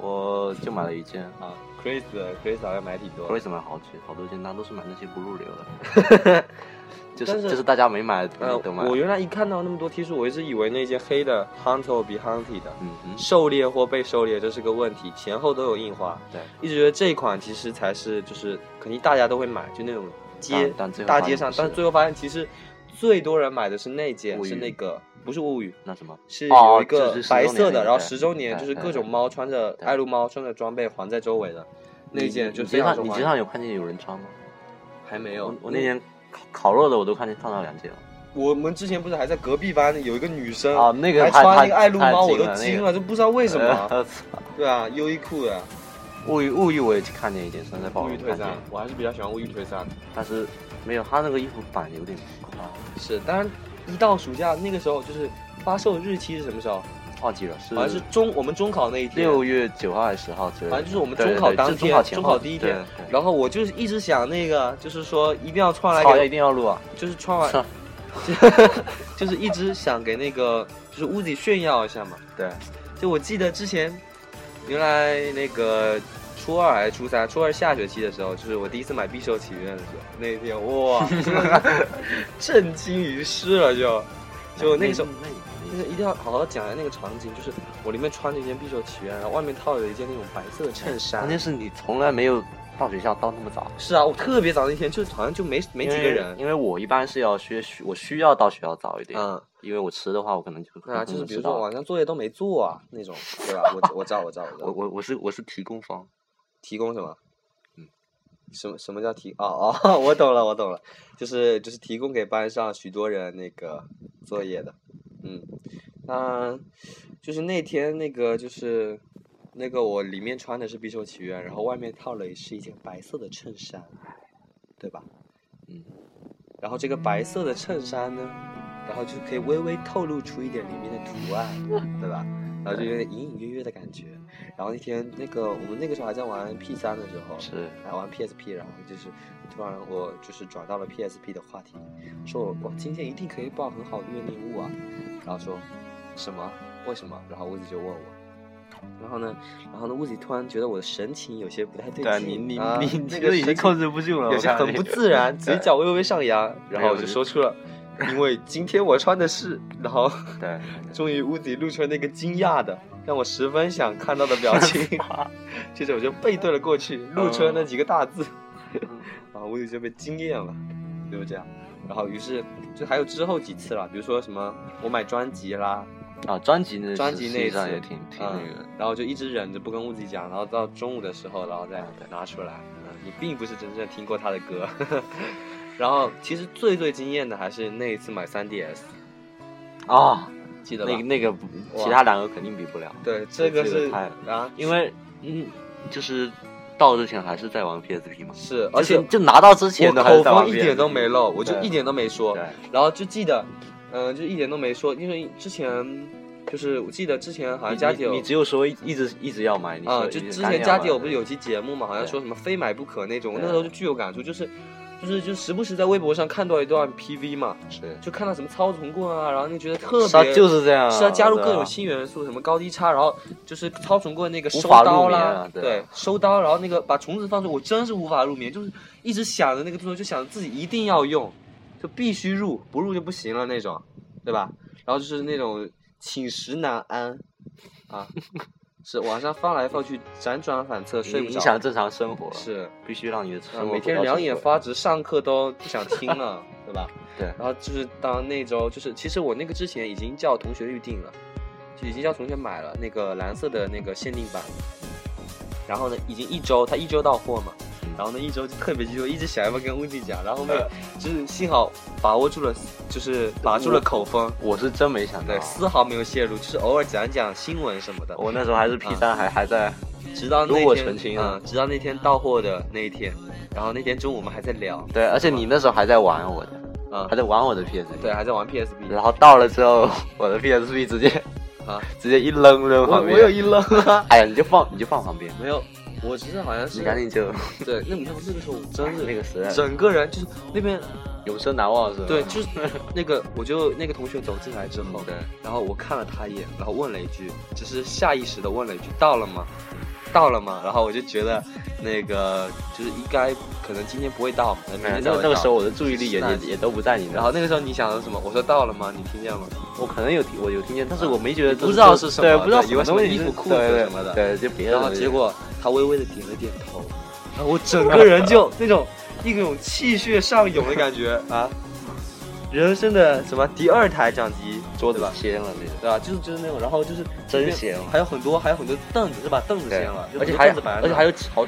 B: 我就买了一件。
A: 啊，Chris 的 Chris 好像买挺多
B: 为
A: 的，
B: 什么好几好多件，他都是买那些不入流的， 就
A: 但
B: 是
A: 是
B: 就是大家没买，
A: 呃
B: 都，买。
A: 我原来一看到那么多 T 恤，我一直以为那件黑的 Hunter 比 Hunty 的。
B: 嗯嗯，
A: 狩猎或被狩猎，这是个问题，前后都有印花。
B: 对，
A: 一直觉得这一款其实才是就是肯定大家都会买，就那种街
B: 但但最后
A: 大
B: 发
A: 街
B: 现
A: 上
B: 不，是
A: 但最后发现其实最多人买的是那件，
B: 物语
A: 是那个不是物语，
B: 那什么，
A: 是
B: 哦
A: 有一个
B: 就是10
A: 白
B: 周
A: 色
B: 年那
A: 的，
B: 个
A: 然后
B: 对
A: 十周年
B: 对
A: 就是
B: 对
A: 各种
B: 对
A: 猫穿着
B: 对
A: 爱撸猫穿着装备环在周围的那件，
B: 你
A: 就
B: 你
A: 非
B: 街
A: 常
B: 上
A: 受
B: 你
A: 欢
B: 街
A: 迎
B: 上有看见有人穿吗？
A: 还没有
B: 我。我那天烤烤肉的我都看见看到两件了。
A: 我们之前不是还在隔壁班有一个女生
B: 啊那个
A: 呃还
B: 太
A: 穿那
B: 太
A: 个爱撸
B: 太
A: 猫，我
B: 惊
A: 都
B: 了那
A: 惊
B: 个
A: 了，就不知道为什么。
B: 呃
A: 对啊，优衣库 的
B: 物语物语我也去看见一件，现在不
A: 物
B: 好
A: 语
B: 看
A: 退
B: 见
A: 散，我还是比较喜欢物语退散。
B: 但是没有他那个衣服版有点夸
A: 是，当然一到暑假那个时候，就是发售日期是什么时候？
B: 忘记了，是
A: 好像是中我们中考那一天，
B: 六月九号还是十号之类的。
A: 反正就是我们
B: 对
A: 中
B: 对
A: 考
B: 对
A: 当
B: 就
A: 天，
B: 中考前后
A: 第一天
B: 对。对
A: 然后我就是一直想那个，就是说一定要穿来
B: 好像一
A: 给，
B: 定要录啊！
A: 就是穿完， 就是一直想给那个就是屋子炫耀一下嘛。
B: 对，
A: 就我记得之前，原来那个初二还是初三，初二下学期的时候，就是我第一次买《匕首起源》的时候，那一天哇，真的是震惊于世了就。就那个时候，
B: 哎 那
A: 就
B: 那
A: 是一定要好好讲一下那个场景，就是我里面穿着一件匕首起源，然后外面套着一件那种白色的衬衫
B: 关。键是你从来没有到学校到那么早，
A: 是啊，我特别早那天就好像就没没几个
B: 因为
A: 人，
B: 因为我一般是要学，我需要到学校早一点，
A: 嗯，
B: 因为我迟的话，我可能就
A: 对啊，
B: 可
A: 就
B: 能
A: 是比如
B: 迟到
A: 说晚上作业都没做啊那种，对吧？我我知道我知道我知道，
B: 我我我是我是提供方，
A: 提供什么？
B: 嗯，
A: 什么什么叫提？哦哦， 我懂了，我懂了，就是就是提供给班上许多人那个作业的，嗯，那就是那天那个就是那个我里面穿的是《匕首起源》，然后外面套了是一件白色的衬衫，对吧？
B: 嗯，
A: 然后这个白色的衬衫呢，然后就可以微微透露出一点里面的图案，对吧？然后就有点隐隐约约的感觉。然后那天那个我们那个时候还在玩 P 三的时候，
B: 是
A: 还玩 PSP，然后就是突然我就是转到了 PSP 的话题，说我我今天一定可以报很好的月令物啊，然后说什么为什么？然后屋子就问我。然后呢，然后呢，屋子突然觉得我的神情有些不太对劲，啊那个神情
B: 制不住了
A: 有些很不 自然，嘴角微微上扬，然后我就说出了，因为今天我穿的是，然后
B: 对，
A: 终于屋子里露出了那个惊讶的，让我十分想看到的表情， 接着我就背对了过去，露出了那几个大字，
B: 嗯
A: 然后屋子就被惊艳了，就是这样，然后于是就还有之后几次了，比如说什么我买专辑啦，
B: 啊，专辑那
A: 专辑那一
B: 实际上
A: 次
B: 也挺挺
A: 嗯
B: 那个，
A: 然后就一直忍着不跟屋子讲，然后到中午的时候，然后再拿出来。嗯，你并不是真正听过他的歌。 然后其实最最惊艳的还是那一次买 3DS，
B: 啊，
A: 记得吧？
B: 那个那个不
A: 哇
B: 其他两个肯定比不了，
A: 对，这个
B: 这
A: 是
B: 个太
A: 啊，
B: 因为嗯，就是到之前还是在玩 PSP 嘛，
A: 是，而且
B: 就是就拿到之前
A: 我
B: 的还
A: 口
B: 是在玩
A: 风一点都没漏，我就
B: 对
A: 一点都没说。
B: 对
A: 然后就记得，嗯、就一点都没说，因为之前就是我记得之前好像
B: 你
A: 家
B: 你
A: 底有
B: 你只有说一一直一直要买，你
A: 啊、
B: 说
A: 就
B: 一直
A: 之
B: 干
A: 前
B: 要
A: 家
B: 买
A: 底有不是有期节目嘛，好像
B: 对
A: 说什么非买不可那种，我那
B: 对
A: 时候就巨有感触，就是，就是就时不时在微博上看到一段 PV 嘛，
B: 是
A: 就看到什么操纵棍啊，然后你觉得特
B: 是啊
A: 别，
B: 就是这样，
A: 是要加入
B: 对
A: 各
B: 啊
A: 种新元素，什么高低差，然后就是操纵棍那个
B: 无
A: 收
B: 法
A: 刀
B: 入
A: 啦，
B: 眠啊对
A: 对，收刀，然后那个把虫子放出，我真是无法入眠，就是一直想着那个动作，就想着自己一定要用，就必须入，不入就不行了那种，对吧？然后就是那种寝食难安， 啊，是晚上翻来翻去，辗转反侧，睡不
B: 影
A: 着，
B: 响正常生活了，
A: 是。
B: 必须让你的
A: 啊
B: 生活
A: 每
B: 回
A: 天
B: 到
A: 两
B: 正
A: 眼
B: 轨
A: 发直，上课都不想听了，对吧？
B: 对
A: 然后就是当那周，就是其实我那个之前已经叫同学预定了，就已经叫同学买了那个蓝色的那个限定版。然后呢，已经一周，他一周到货嘛。然后呢，一周就特别激动，一直想要不要跟 Wendy 讲，然后呢，
B: 嗯
A: 就是幸好把握住了，就是把住了口风，
B: 我是真没想到啊
A: 对，，丝毫没有泄露，就是偶尔讲讲新闻什么的。
B: 我那时候还是
A: 啊
B: P 三，还还在
A: 直到那天，
B: 如果澄清了
A: 嗯，直到那天到货的那一天，然后那天中午我们还在聊，
B: 对，而且你那时候还在玩我的，
A: 啊、
B: 还在玩我的 PSP，
A: 对，还在玩 PSP。
B: 然后到了之后，我的 PSP 直接
A: 啊，
B: 直接一扔扔
A: 我
B: 旁
A: 我
B: 边，
A: 有一愣啊，
B: 哎呀，你就放你就放旁边，
A: 没有，我记得好像是啊
B: 你赶紧就
A: 对，那那那个时候我真是
B: 那个时代
A: 整个人就是那边
B: 永生难忘是吧？
A: 对，就是那个我就那个同学走进来之后，
B: 对，
A: 然后我看了他一眼，然后问了一句，只是下意识的问了一句到了吗？到了吗？然后我就觉得那个就是应该可能今天不会到，可能明
B: 哎
A: 天才
B: 那
A: 会
B: 那个
A: 到
B: 时候。我的注意力也
A: 是啊
B: 也
A: 的
B: 也都不在你那，
A: 然后那个时候你想的什么？我说到了吗？你听见了吗？啊
B: 我可能有听我有听见，但是我没觉得这
A: 不知道是什么
B: 对，不知道
A: 对以为
B: 什么东
A: 什么
B: 西
A: 衣服
B: 是
A: 裤子
B: 对对
A: 什么的
B: 对，就别的
A: 然后
B: 东西
A: 结果他微微的点了点头，然啊后我整个人就那种一种气血上涌的感觉 啊！人生的什么第二台掌机桌子吧，
B: 掀了那个。
A: 对吧？就是就是那种，然后就是这
B: 真
A: 边
B: 闲了
A: 还有很多还有很多凳子是吧？凳子掀了，就
B: 而且
A: 很多
B: 还
A: 凳子摆在那
B: 而且还有好，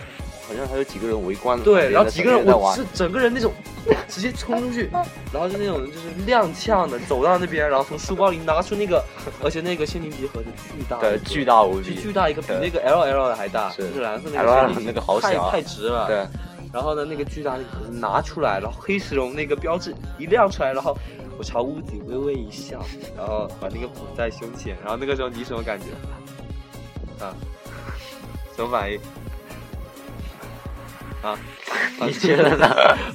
B: 好像还有几个人围观着
A: 对，
B: 旁边
A: 然后
B: 的
A: 几个人
B: 小在
A: 我
B: 玩
A: 是整个人那种 直接冲出去，然后就那种就是踉跄的走到那边，然后从书包里拿出那个，而且那个仙灵笛盒子巨大，
B: 对巨。大无
A: 就
B: 比，
A: 巨大一个，比
B: 对
A: 那个 L L 的还大，
B: 是
A: 就是蓝色那
B: LL
A: 个仙
B: 那
A: 灵
B: 个
A: 笛
B: 好
A: 太
B: 小啊
A: 太直了。
B: 对，
A: 然后呢，那个巨大的盒子拿出来，然后黑石龙那个标志一亮出来，然后我朝屋顶微微一笑，然后把那个捧在胸前，然后那个时候你什么感觉？啊，什么反应？啊，
B: 你觉得呢？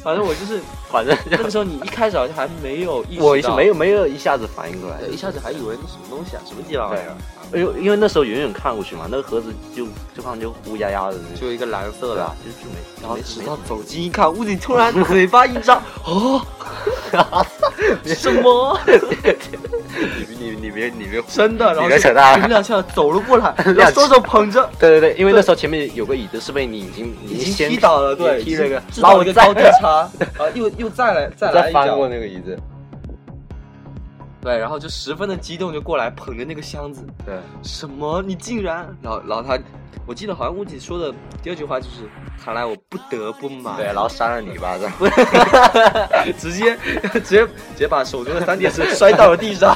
A: 反正我就是
B: 反正
A: 那个时候，你一开始好像还没有意识到，
B: 我是没
A: 有，
B: 有没有一下子反应过来，
A: 一下子还以为那什么东西啊，什么鸡巴玩意儿啊，
B: 哎呦，因为那时候远远看过去嘛，那个盒子就就好像就乌压压的那种，
A: 就一个蓝色
B: 对
A: 的
B: 吧，？就就没，
A: 然后
B: 没
A: 直
B: 没
A: 到走近一看，屋顶突然嘴巴一张，哦， 什么？
B: 你你别你别，
A: 真的，然后
B: 你别扯淡啊
A: 就踉跄走了 过来，然
B: 跄
A: 后双手捧着，
B: 对对对，因为那时候前面有个椅子是被你已经
A: 已
B: 已
A: 经
B: 先
A: 踢倒了，对，
B: 踢了个，
A: 制
B: 然
A: 造
B: 后
A: 了一个高低 差，然后又又再来再来
B: 再
A: 一
B: 翻过
A: 脚，
B: 那个椅子，
A: 对，然后就十分的激动就过来捧着那个箱子，
B: 对，
A: 什么？你竟然？然后然后他，我记得好像屋顶说的第二句话就是，看来我不得不买，
B: 对，然后扇了你一巴掌，
A: 直接直接直接把手中的三点式摔到了地上，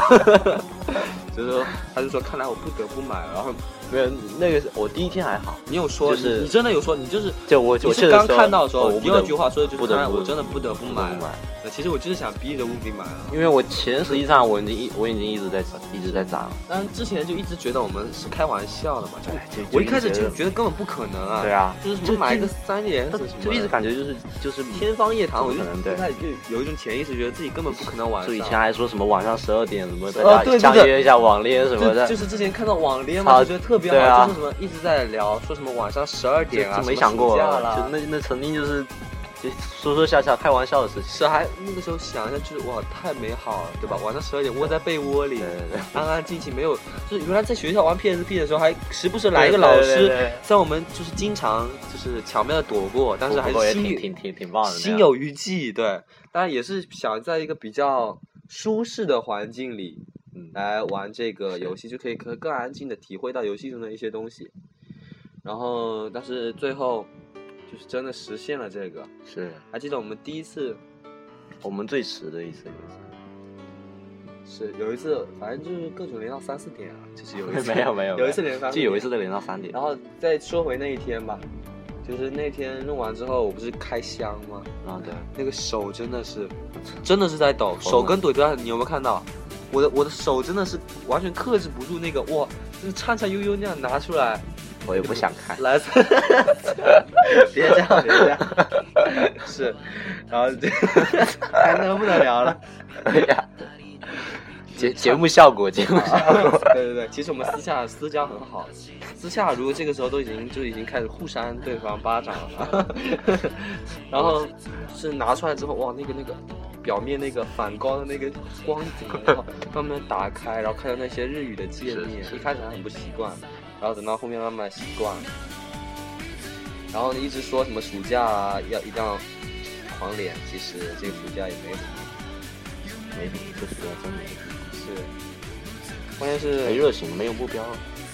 A: 就是说他就说，看来我不得不买，然后
B: 没有那个是我第一天还好，
A: 你有说，
B: 就是
A: 你你真的有说，你就是
B: 就我
A: 你
B: 我
A: 是刚看到的时候，第二句话说的就是
B: 不得
A: 当然
B: 不
A: 我真的不得不
B: 不
A: 买了。
B: 买，
A: 呃其实我就是想逼着屋顶买啊了，
B: 因为我钱实际上我已经一我已经一直在一直在攒了，
A: 但之前就一直觉得我们是开玩笑的嘛，哎就
B: 哎就
A: 我一开始就觉得根本不可能啊，
B: 对啊，
A: 就是什么买一个三连
B: 但
A: 什么，
B: 就一直感觉就是就是
A: 天方夜谭，我就
B: 不可能对
A: 一开始就有一种潜意识觉得自己根本不可能玩
B: 就以前
A: 上。
B: 还说什么晚上十二点什么大
A: 啊哦
B: 家
A: 对对
B: 相
A: 对
B: 约一下网恋什么
A: 就
B: 的，
A: 就是之前看到网恋
B: 操
A: 嘛，就觉得特别
B: 对啊
A: 好，就是什么一直在聊，说什么晚上十二
B: 就
A: 点啊，
B: 就没
A: 什么
B: 想过
A: 暑假
B: 就
A: 啦，
B: 那那曾经就是就说说笑笑开玩笑的事情，
A: 是还那个时候想一下，就是哇太美好了，对吧？晚上十二点窝在被窝里
B: 对，对对，
A: 安安静静，没有就是原来在学校玩 PSP 的时候，还时不时来一个老
B: 对对
A: 师
B: 对对
A: 在我们就是经常就是巧妙的躲过，但是还
B: 不过
A: 是
B: 也
A: 心
B: 挺
A: 有
B: 挺挺挺棒的那啊样，
A: 心有余悸。对，当然也是想在一个比较舒适的环境里
B: 嗯
A: 来玩这个游戏，就可以可更安静的体会到游戏中的一些东西。然后，但是最后就是真的实现了这个。
B: 是
A: 还记得我们第一次
B: 我们最迟的一次游戏。
A: 是有一次，反正就是各种连到三四点啊，就是有一次
B: 没有没有，
A: 有一次连三四
B: 就
A: 点
B: 有一次在连到三点，哦
A: 然后再说回那一天吧，就是那天弄完之后，我不是开箱吗？
B: 然啊后对，
A: 那个手真的是，真的是在抖，
B: 疯了
A: 手跟腿都在，你有没有看到？我的我的手真的是完全克制不住那个哇，就是颤颤悠悠那样拿出来，
B: 我也不想 看，
A: 来自，别这样别这样， 是，然 后这哎那不能聊了。
B: 哎呀， 节节目效果，节目效果，
A: 对对对，其实我们私下私交很好，私下如果这个时候都已经就已经开始互扇对方巴掌了， 然后是拿出来之后，哇，那个那个表面那个反光的那个光景，然后慢慢打开，然后看到那些日语的界面，一开始还很不习惯，然后等到后面慢慢习惯，然后一直说什么暑假啊，要一定要狂脸，其实这个暑假也没什么，
B: 没什么，就是真没，
A: 是，关键是
B: 没热情，没有目标，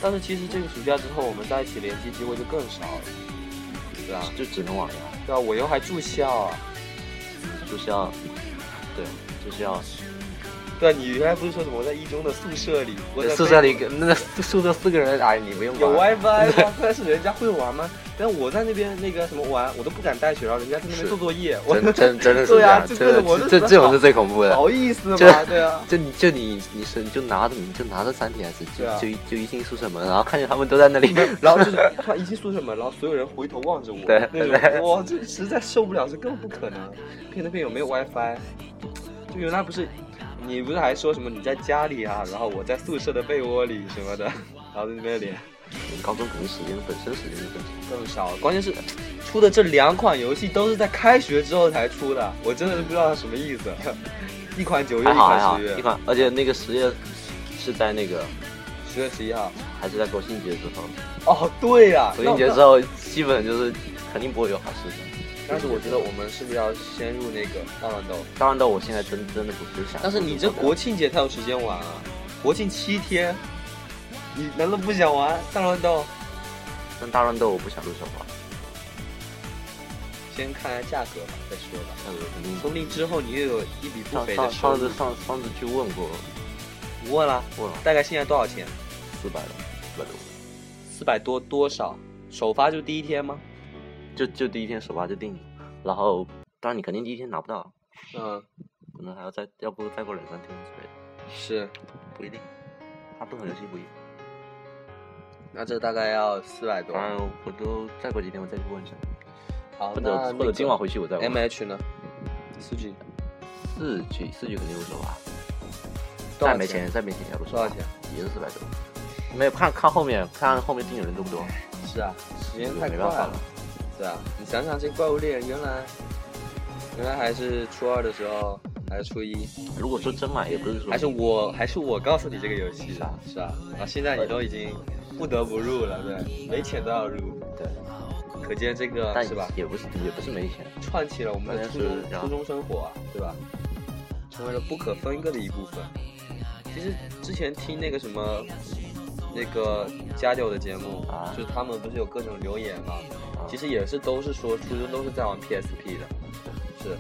A: 但是其实这个暑假之后，我们在一起联系机会就更少了，对啊，
B: 就只能网聊，
A: 对啊，我又还住校啊，
B: 就是要，对，就是要
A: 对啊，你原来不是说什么我在一中的宿舍里，我在
B: 宿舍里跟那宿舍四个人，哎，你不用
A: 有
B: 管。
A: WiFi 吗？但是人家会玩吗？但我在那边那个什么玩，我都不敢带学生，人家在那边
B: 是
A: 做作业，我
B: 真真真的是这
A: 对啊
B: 样，
A: 这
B: 真的
A: 这我
B: 这
A: 就
B: 这
A: 觉得
B: 这种
A: 好
B: 是最恐怖的。
A: 好意思
B: 这
A: 吗？对啊，
B: 就你就你你是你就拿着你就拿着三 PS，就、
A: 对啊
B: 就一就一进宿舍门，然后看见他们都在那里，
A: 然后就是突然一进宿舍门，然后所有人回头望着我，
B: 对
A: 那种哇，这实在受不了，这根本不可能。可以那边有没有 WiFi？就原来不是，你不是还说什么你在家里啊，然后我在宿舍的被窝里什么的，然后在那边连
B: 高中可能时间本身时间就更少。
A: 更少。关键是出的这两款游戏都是在开学之后才出的，我真的是不知道它什么意思。 一款九月，
B: 还
A: 一
B: 好还好
A: 款十，
B: 一
A: 月，啊
B: 款，而且那个十月是在那个
A: 十月十一号。
B: 还是在国庆节之后，
A: 哦，对呀、
B: 国庆节之后基本就是肯定不会有好事情。
A: 但是我觉得我们是不是要先入那个大乱斗？
B: 当然到我现在真真的不是想，
A: 但是你这国庆节才有时间玩啊，国庆七天，你难道不想玩大乱斗？
B: 但大乱斗我不想入手吧，
A: 先看看价格吧，再说吧。
B: 但是肯定
A: 说不定之后你又有一笔不
B: 上
A: 菲
B: 上
A: 的收
B: 上次
A: 入。
B: 上上次去问过
A: 我问了，
B: 问了
A: 大概现在多少钱？
B: 四百了，四百多，
A: 四百多多少？首发就第一天吗？
B: 就就第一天首发就定了，然后当然你肯定第一天拿不到，
A: 嗯，
B: 可能还要再要不再过两三天之类的，
A: 是。
B: 不一定，大部分游戏不一定。
A: 那这大概要四百多
B: 当。然我都再过几天我再去问一下，
A: 啊好，
B: 或
A: 那
B: 者或者今晚回去我再问。
A: M H 呢？四 G
B: 四 G 四 G 肯定入手吧，
A: 多少
B: 啊再没
A: 钱
B: 钱再没钱也入手。
A: 多少钱？
B: 啊也是四百多。没有看看后面看后面订的人多不多，
A: 是啊，时间太
B: 没
A: 快
B: 办法了
A: 了。。对啊，你想想这怪物猎人原来原来还是初二的时候，还是初一，
B: 如果说真买，也不是说
A: 还是我还是我告诉你这个游戏
B: 是啊
A: 是啊，啊现在你都已经不得不入了，对，没钱都要入，
B: 对，
A: 可见这个
B: 但
A: 啊是吧，
B: 也不是也不是没钱。
A: 串起了我们的
B: 关
A: 初
B: 键是
A: 中
B: 这样
A: 初中生活啊，对吧？成为了不可分割的一部分。其实之前听那个什么。那个家教的节目，
B: 啊
A: 就是他们不是有各种留言嘛？
B: 啊
A: 其实也是都是说初中都是在玩 PSP 的，是。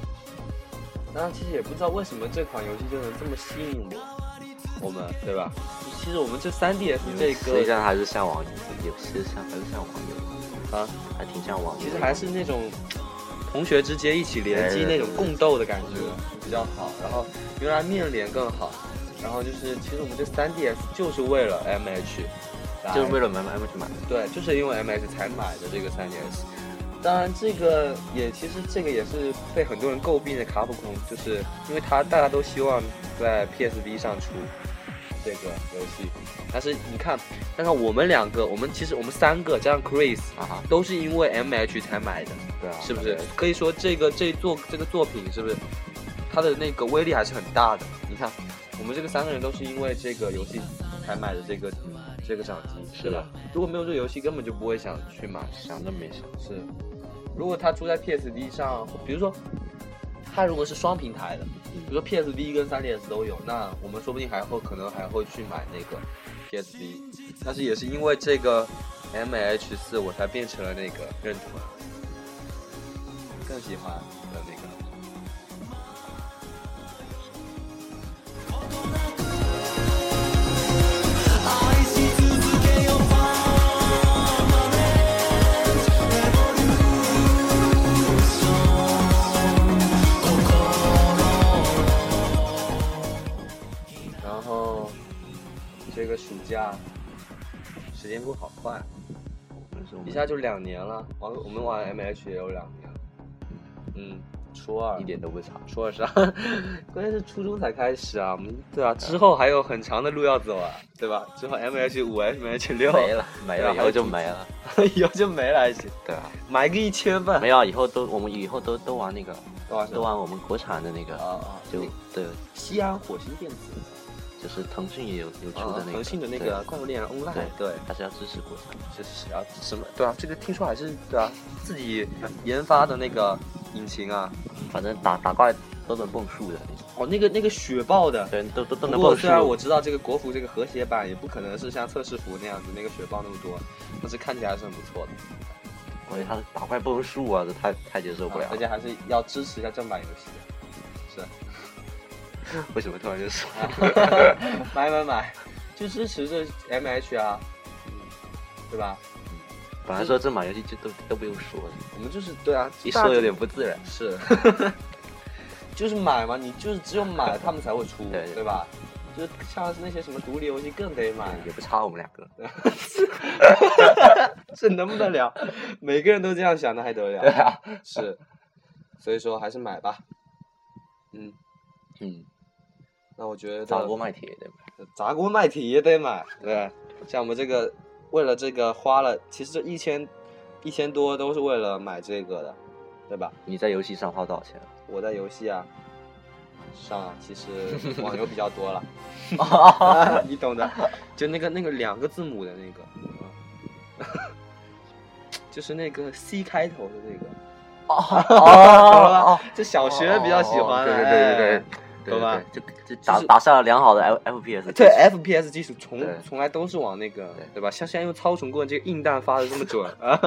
A: 那其实也不知道为什么这款游戏就能这么吸引我，我们对吧？其实我们这 3DS
B: 因
A: 这
B: 为实际
A: 个
B: 上还是像网游，也不是像还是像网游，
A: 啊，
B: 还挺像网游的。
A: 其实还是那种同学之间一起联机
B: 对
A: 那
B: 对
A: 种
B: 对
A: 共斗的感觉比较好，然后原来面连更好，然后就是其实我们这 3DS 就是为了 MH，
B: 就是为
A: 了
B: 了买买不去买。
A: 对，就是因为 MH 才买的这个 3DS。当然，这个也其实这个也是被很多人诟病的卡普空，就是因为他大家都希望在 PSV 上出这个游戏，但是你看，但是我们两个，我们其实我们三个加上 Chris
B: 啊哈，
A: 都是因为 MH 才买的，
B: 对啊，
A: 是不是？可以说这个这作这个作品是不是它的那个威力还是很大的？你看，我们这个三个人都是因为这个游戏才买的这个这个掌机，
B: 是的
A: 吧？如果没有这个游戏，根本就不会想去买。
B: 想都没想。
A: 是，如果它出在 PSD 上，比如说它如果是双平台的，比如说 PSD 跟 3DS 都有，那我们说不定还会可能还会去买那个 PSD，但是也是因为这个 MH 四，我才变成了那个认同，啊更喜欢的那个。然后这个暑假时间过好快，
B: 但是我们
A: 一下就两年了。玩我们玩 MH 也有两年了，嗯，初二
B: 一点都不长。
A: 初二 上，关键是初中才开始啊，我们对啊，之后还有很长的路要走啊，对吧？之后 M H 五、M H 六
B: 没，了，没
A: 对啊
B: 了，以后就没了。
A: 以后就没了，还行，
B: 对啊，
A: 买个一千吧
B: 没。有，以后都我们以后都都玩那个，
A: 多少
B: 都玩我们国产啊的那个
A: 啊，啊！
B: 就
A: 那
B: 对，
A: 西安火星电子，
B: 就是腾讯也有有出
A: 啊
B: 的那个，
A: 腾讯的那
B: 对
A: 个《怪物猎人 Online》，对
B: 对，，还是要支持国产。
A: 是是啊，什么？对啊，这个听说还是对啊，自己研发的那个引擎啊，
B: 反正打打怪都能蹦树的那种，
A: 哦，那个那个雪豹的。
B: 对，都都
A: 不
B: 都能
A: 过
B: 蹦树
A: 虽。然我知道这个国服这个和谐版也不可能是像测试服那样子那个雪豹那么多，但是看起来还是很不错的。
B: 我觉得他打怪蹦树啊，这太太接受不了
A: 啊。而且还是要支持一下正版游戏。是， 哎
B: 为什么突然就说？
A: 买买买，就支持这 M H 啊，对吧？
B: 本来说这买游戏就都都不用说了，
A: 我们就是对啊，
B: 一
A: 大
B: 说有点不自然。
A: 是， 就是买嘛，你就是只有买了他们才会出，
B: 对对
A: 吧？就是像是那些什么独立游戏更得买，
B: 也不差我们两个，
A: 这能不得了？每个人都这样想，那还得
B: 对
A: 了？
B: 啊，
A: 是，所以说还是买吧。嗯，
B: 嗯，
A: 那我觉得
B: 砸锅卖铁对吧？
A: 砸锅卖铁也得买，对，像我们这个为了这个花了，其实这一千一千多都是为了买这个的，对吧？
B: 你在游戏上花多少钱？
A: 我在游戏啊上啊，其 实网游比较多了， 你懂的，就那个那个两个字母的那个，啊 就是那个 C 开头的那个，
B: 哦
A: 这小学比较喜欢，
B: 对对对对
A: 哎
B: 对，
A: 懂吧？
B: 就就打
A: 就是
B: 打上了良好的 F FPS，
A: 对 FPS 技术从
B: 对
A: 从来都是往那个
B: 对
A: 对吧？像现在用操虫棍这个硬弹发的这么 准啊，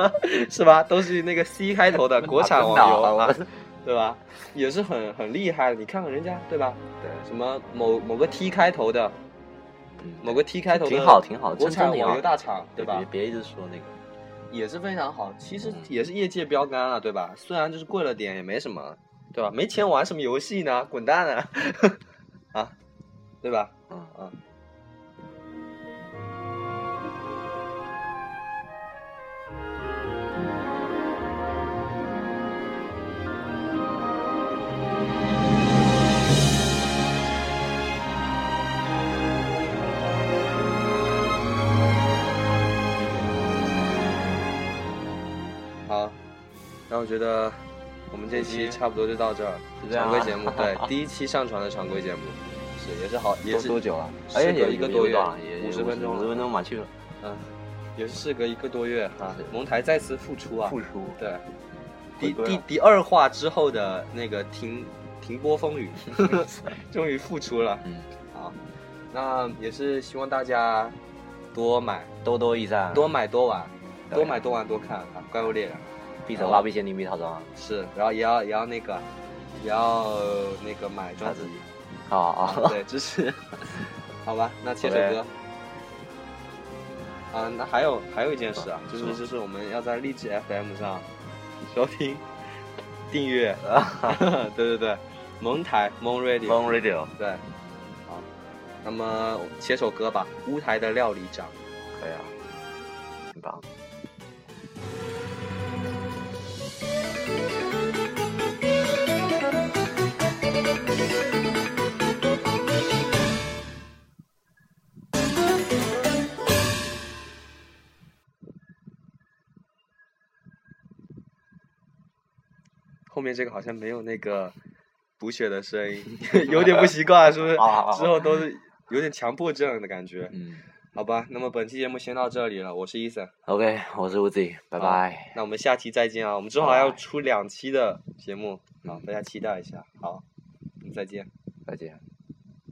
A: 是吧？都是那个 C 开头的国产网游 啊，对吧？也是很很厉害的。你看看人家对吧？
B: 对，
A: 什么某某个 T 开头的，某个 T 开头的
B: 嗯挺好挺好，
A: 国
B: 真
A: 产
B: 真挺
A: 网
B: 好
A: 游，大厂对吧
B: 别？别一直说那个，
A: 也是非常好，其实
B: 嗯
A: 也是业界标杆了对吧？虽然就是贵了点也没什么，对吧？没钱玩什么游戏呢？滚蛋啊！啊，对吧？
B: 嗯，
A: 啊好，那我觉得我们这
B: 这
A: 期
B: 期
A: 差不多就到这儿，
B: 就这样
A: 常
B: 啊
A: 规节目， 对，第一期上传的常规节目，是也是好，也
B: 多
A: 是
B: 多久了？
A: 时
B: 哎，
A: 隔
B: 也
A: 一个
B: 也
A: 多
B: 有
A: 月
B: 段也
A: 50分钟啊
B: 五
A: 了
B: 十分钟嘛去了，
A: 嗯，也是事隔一个多月哈
B: 是，
A: 蒙台再次复出啊，
B: 付出
A: 对，
B: 回
A: 第
B: 归
A: 第
B: 了
A: 第二话之后的那个停停播风雨， 终于复出了，
B: 嗯，
A: 好，那也是希望大家多买
B: 多多益善，啊
A: 多买多玩，
B: 对
A: 多买多玩多看啊，怪物猎人
B: 必走蜡笔仙，你必套装，啊
A: 是，然后也要也要那个也要那个买
B: 他
A: 专
B: 自
A: 辑
B: 己。，好啊，
A: 啊，对，支持。 好吧，那切首
B: 好嘞
A: 歌。啊，那还有还有一件事啊，就
B: 什
A: 是
B: 么
A: 就是我们要在荔枝 FM 上收听、订 阅，对对对，蒙台蒙 radio，
B: Long Radio
A: 对，好，那么切首歌吧，《乌台的料理长》。
B: 可以啊，很棒。
A: 后面这个好像没有那个补血的声音， 有点不习惯， 是不是？
B: 好啊好好
A: 之后都是有点强迫症的感觉。
B: 嗯
A: 好吧，那么本期节目先到这里了，我是伊森。
B: ，OK，我是 Uzi，拜拜。
A: 那我们下期再见啊！我们正好还要
B: 拜拜
A: 出两期的节目，好，
B: 嗯
A: 大家期待一下。好，再见。
B: 再见。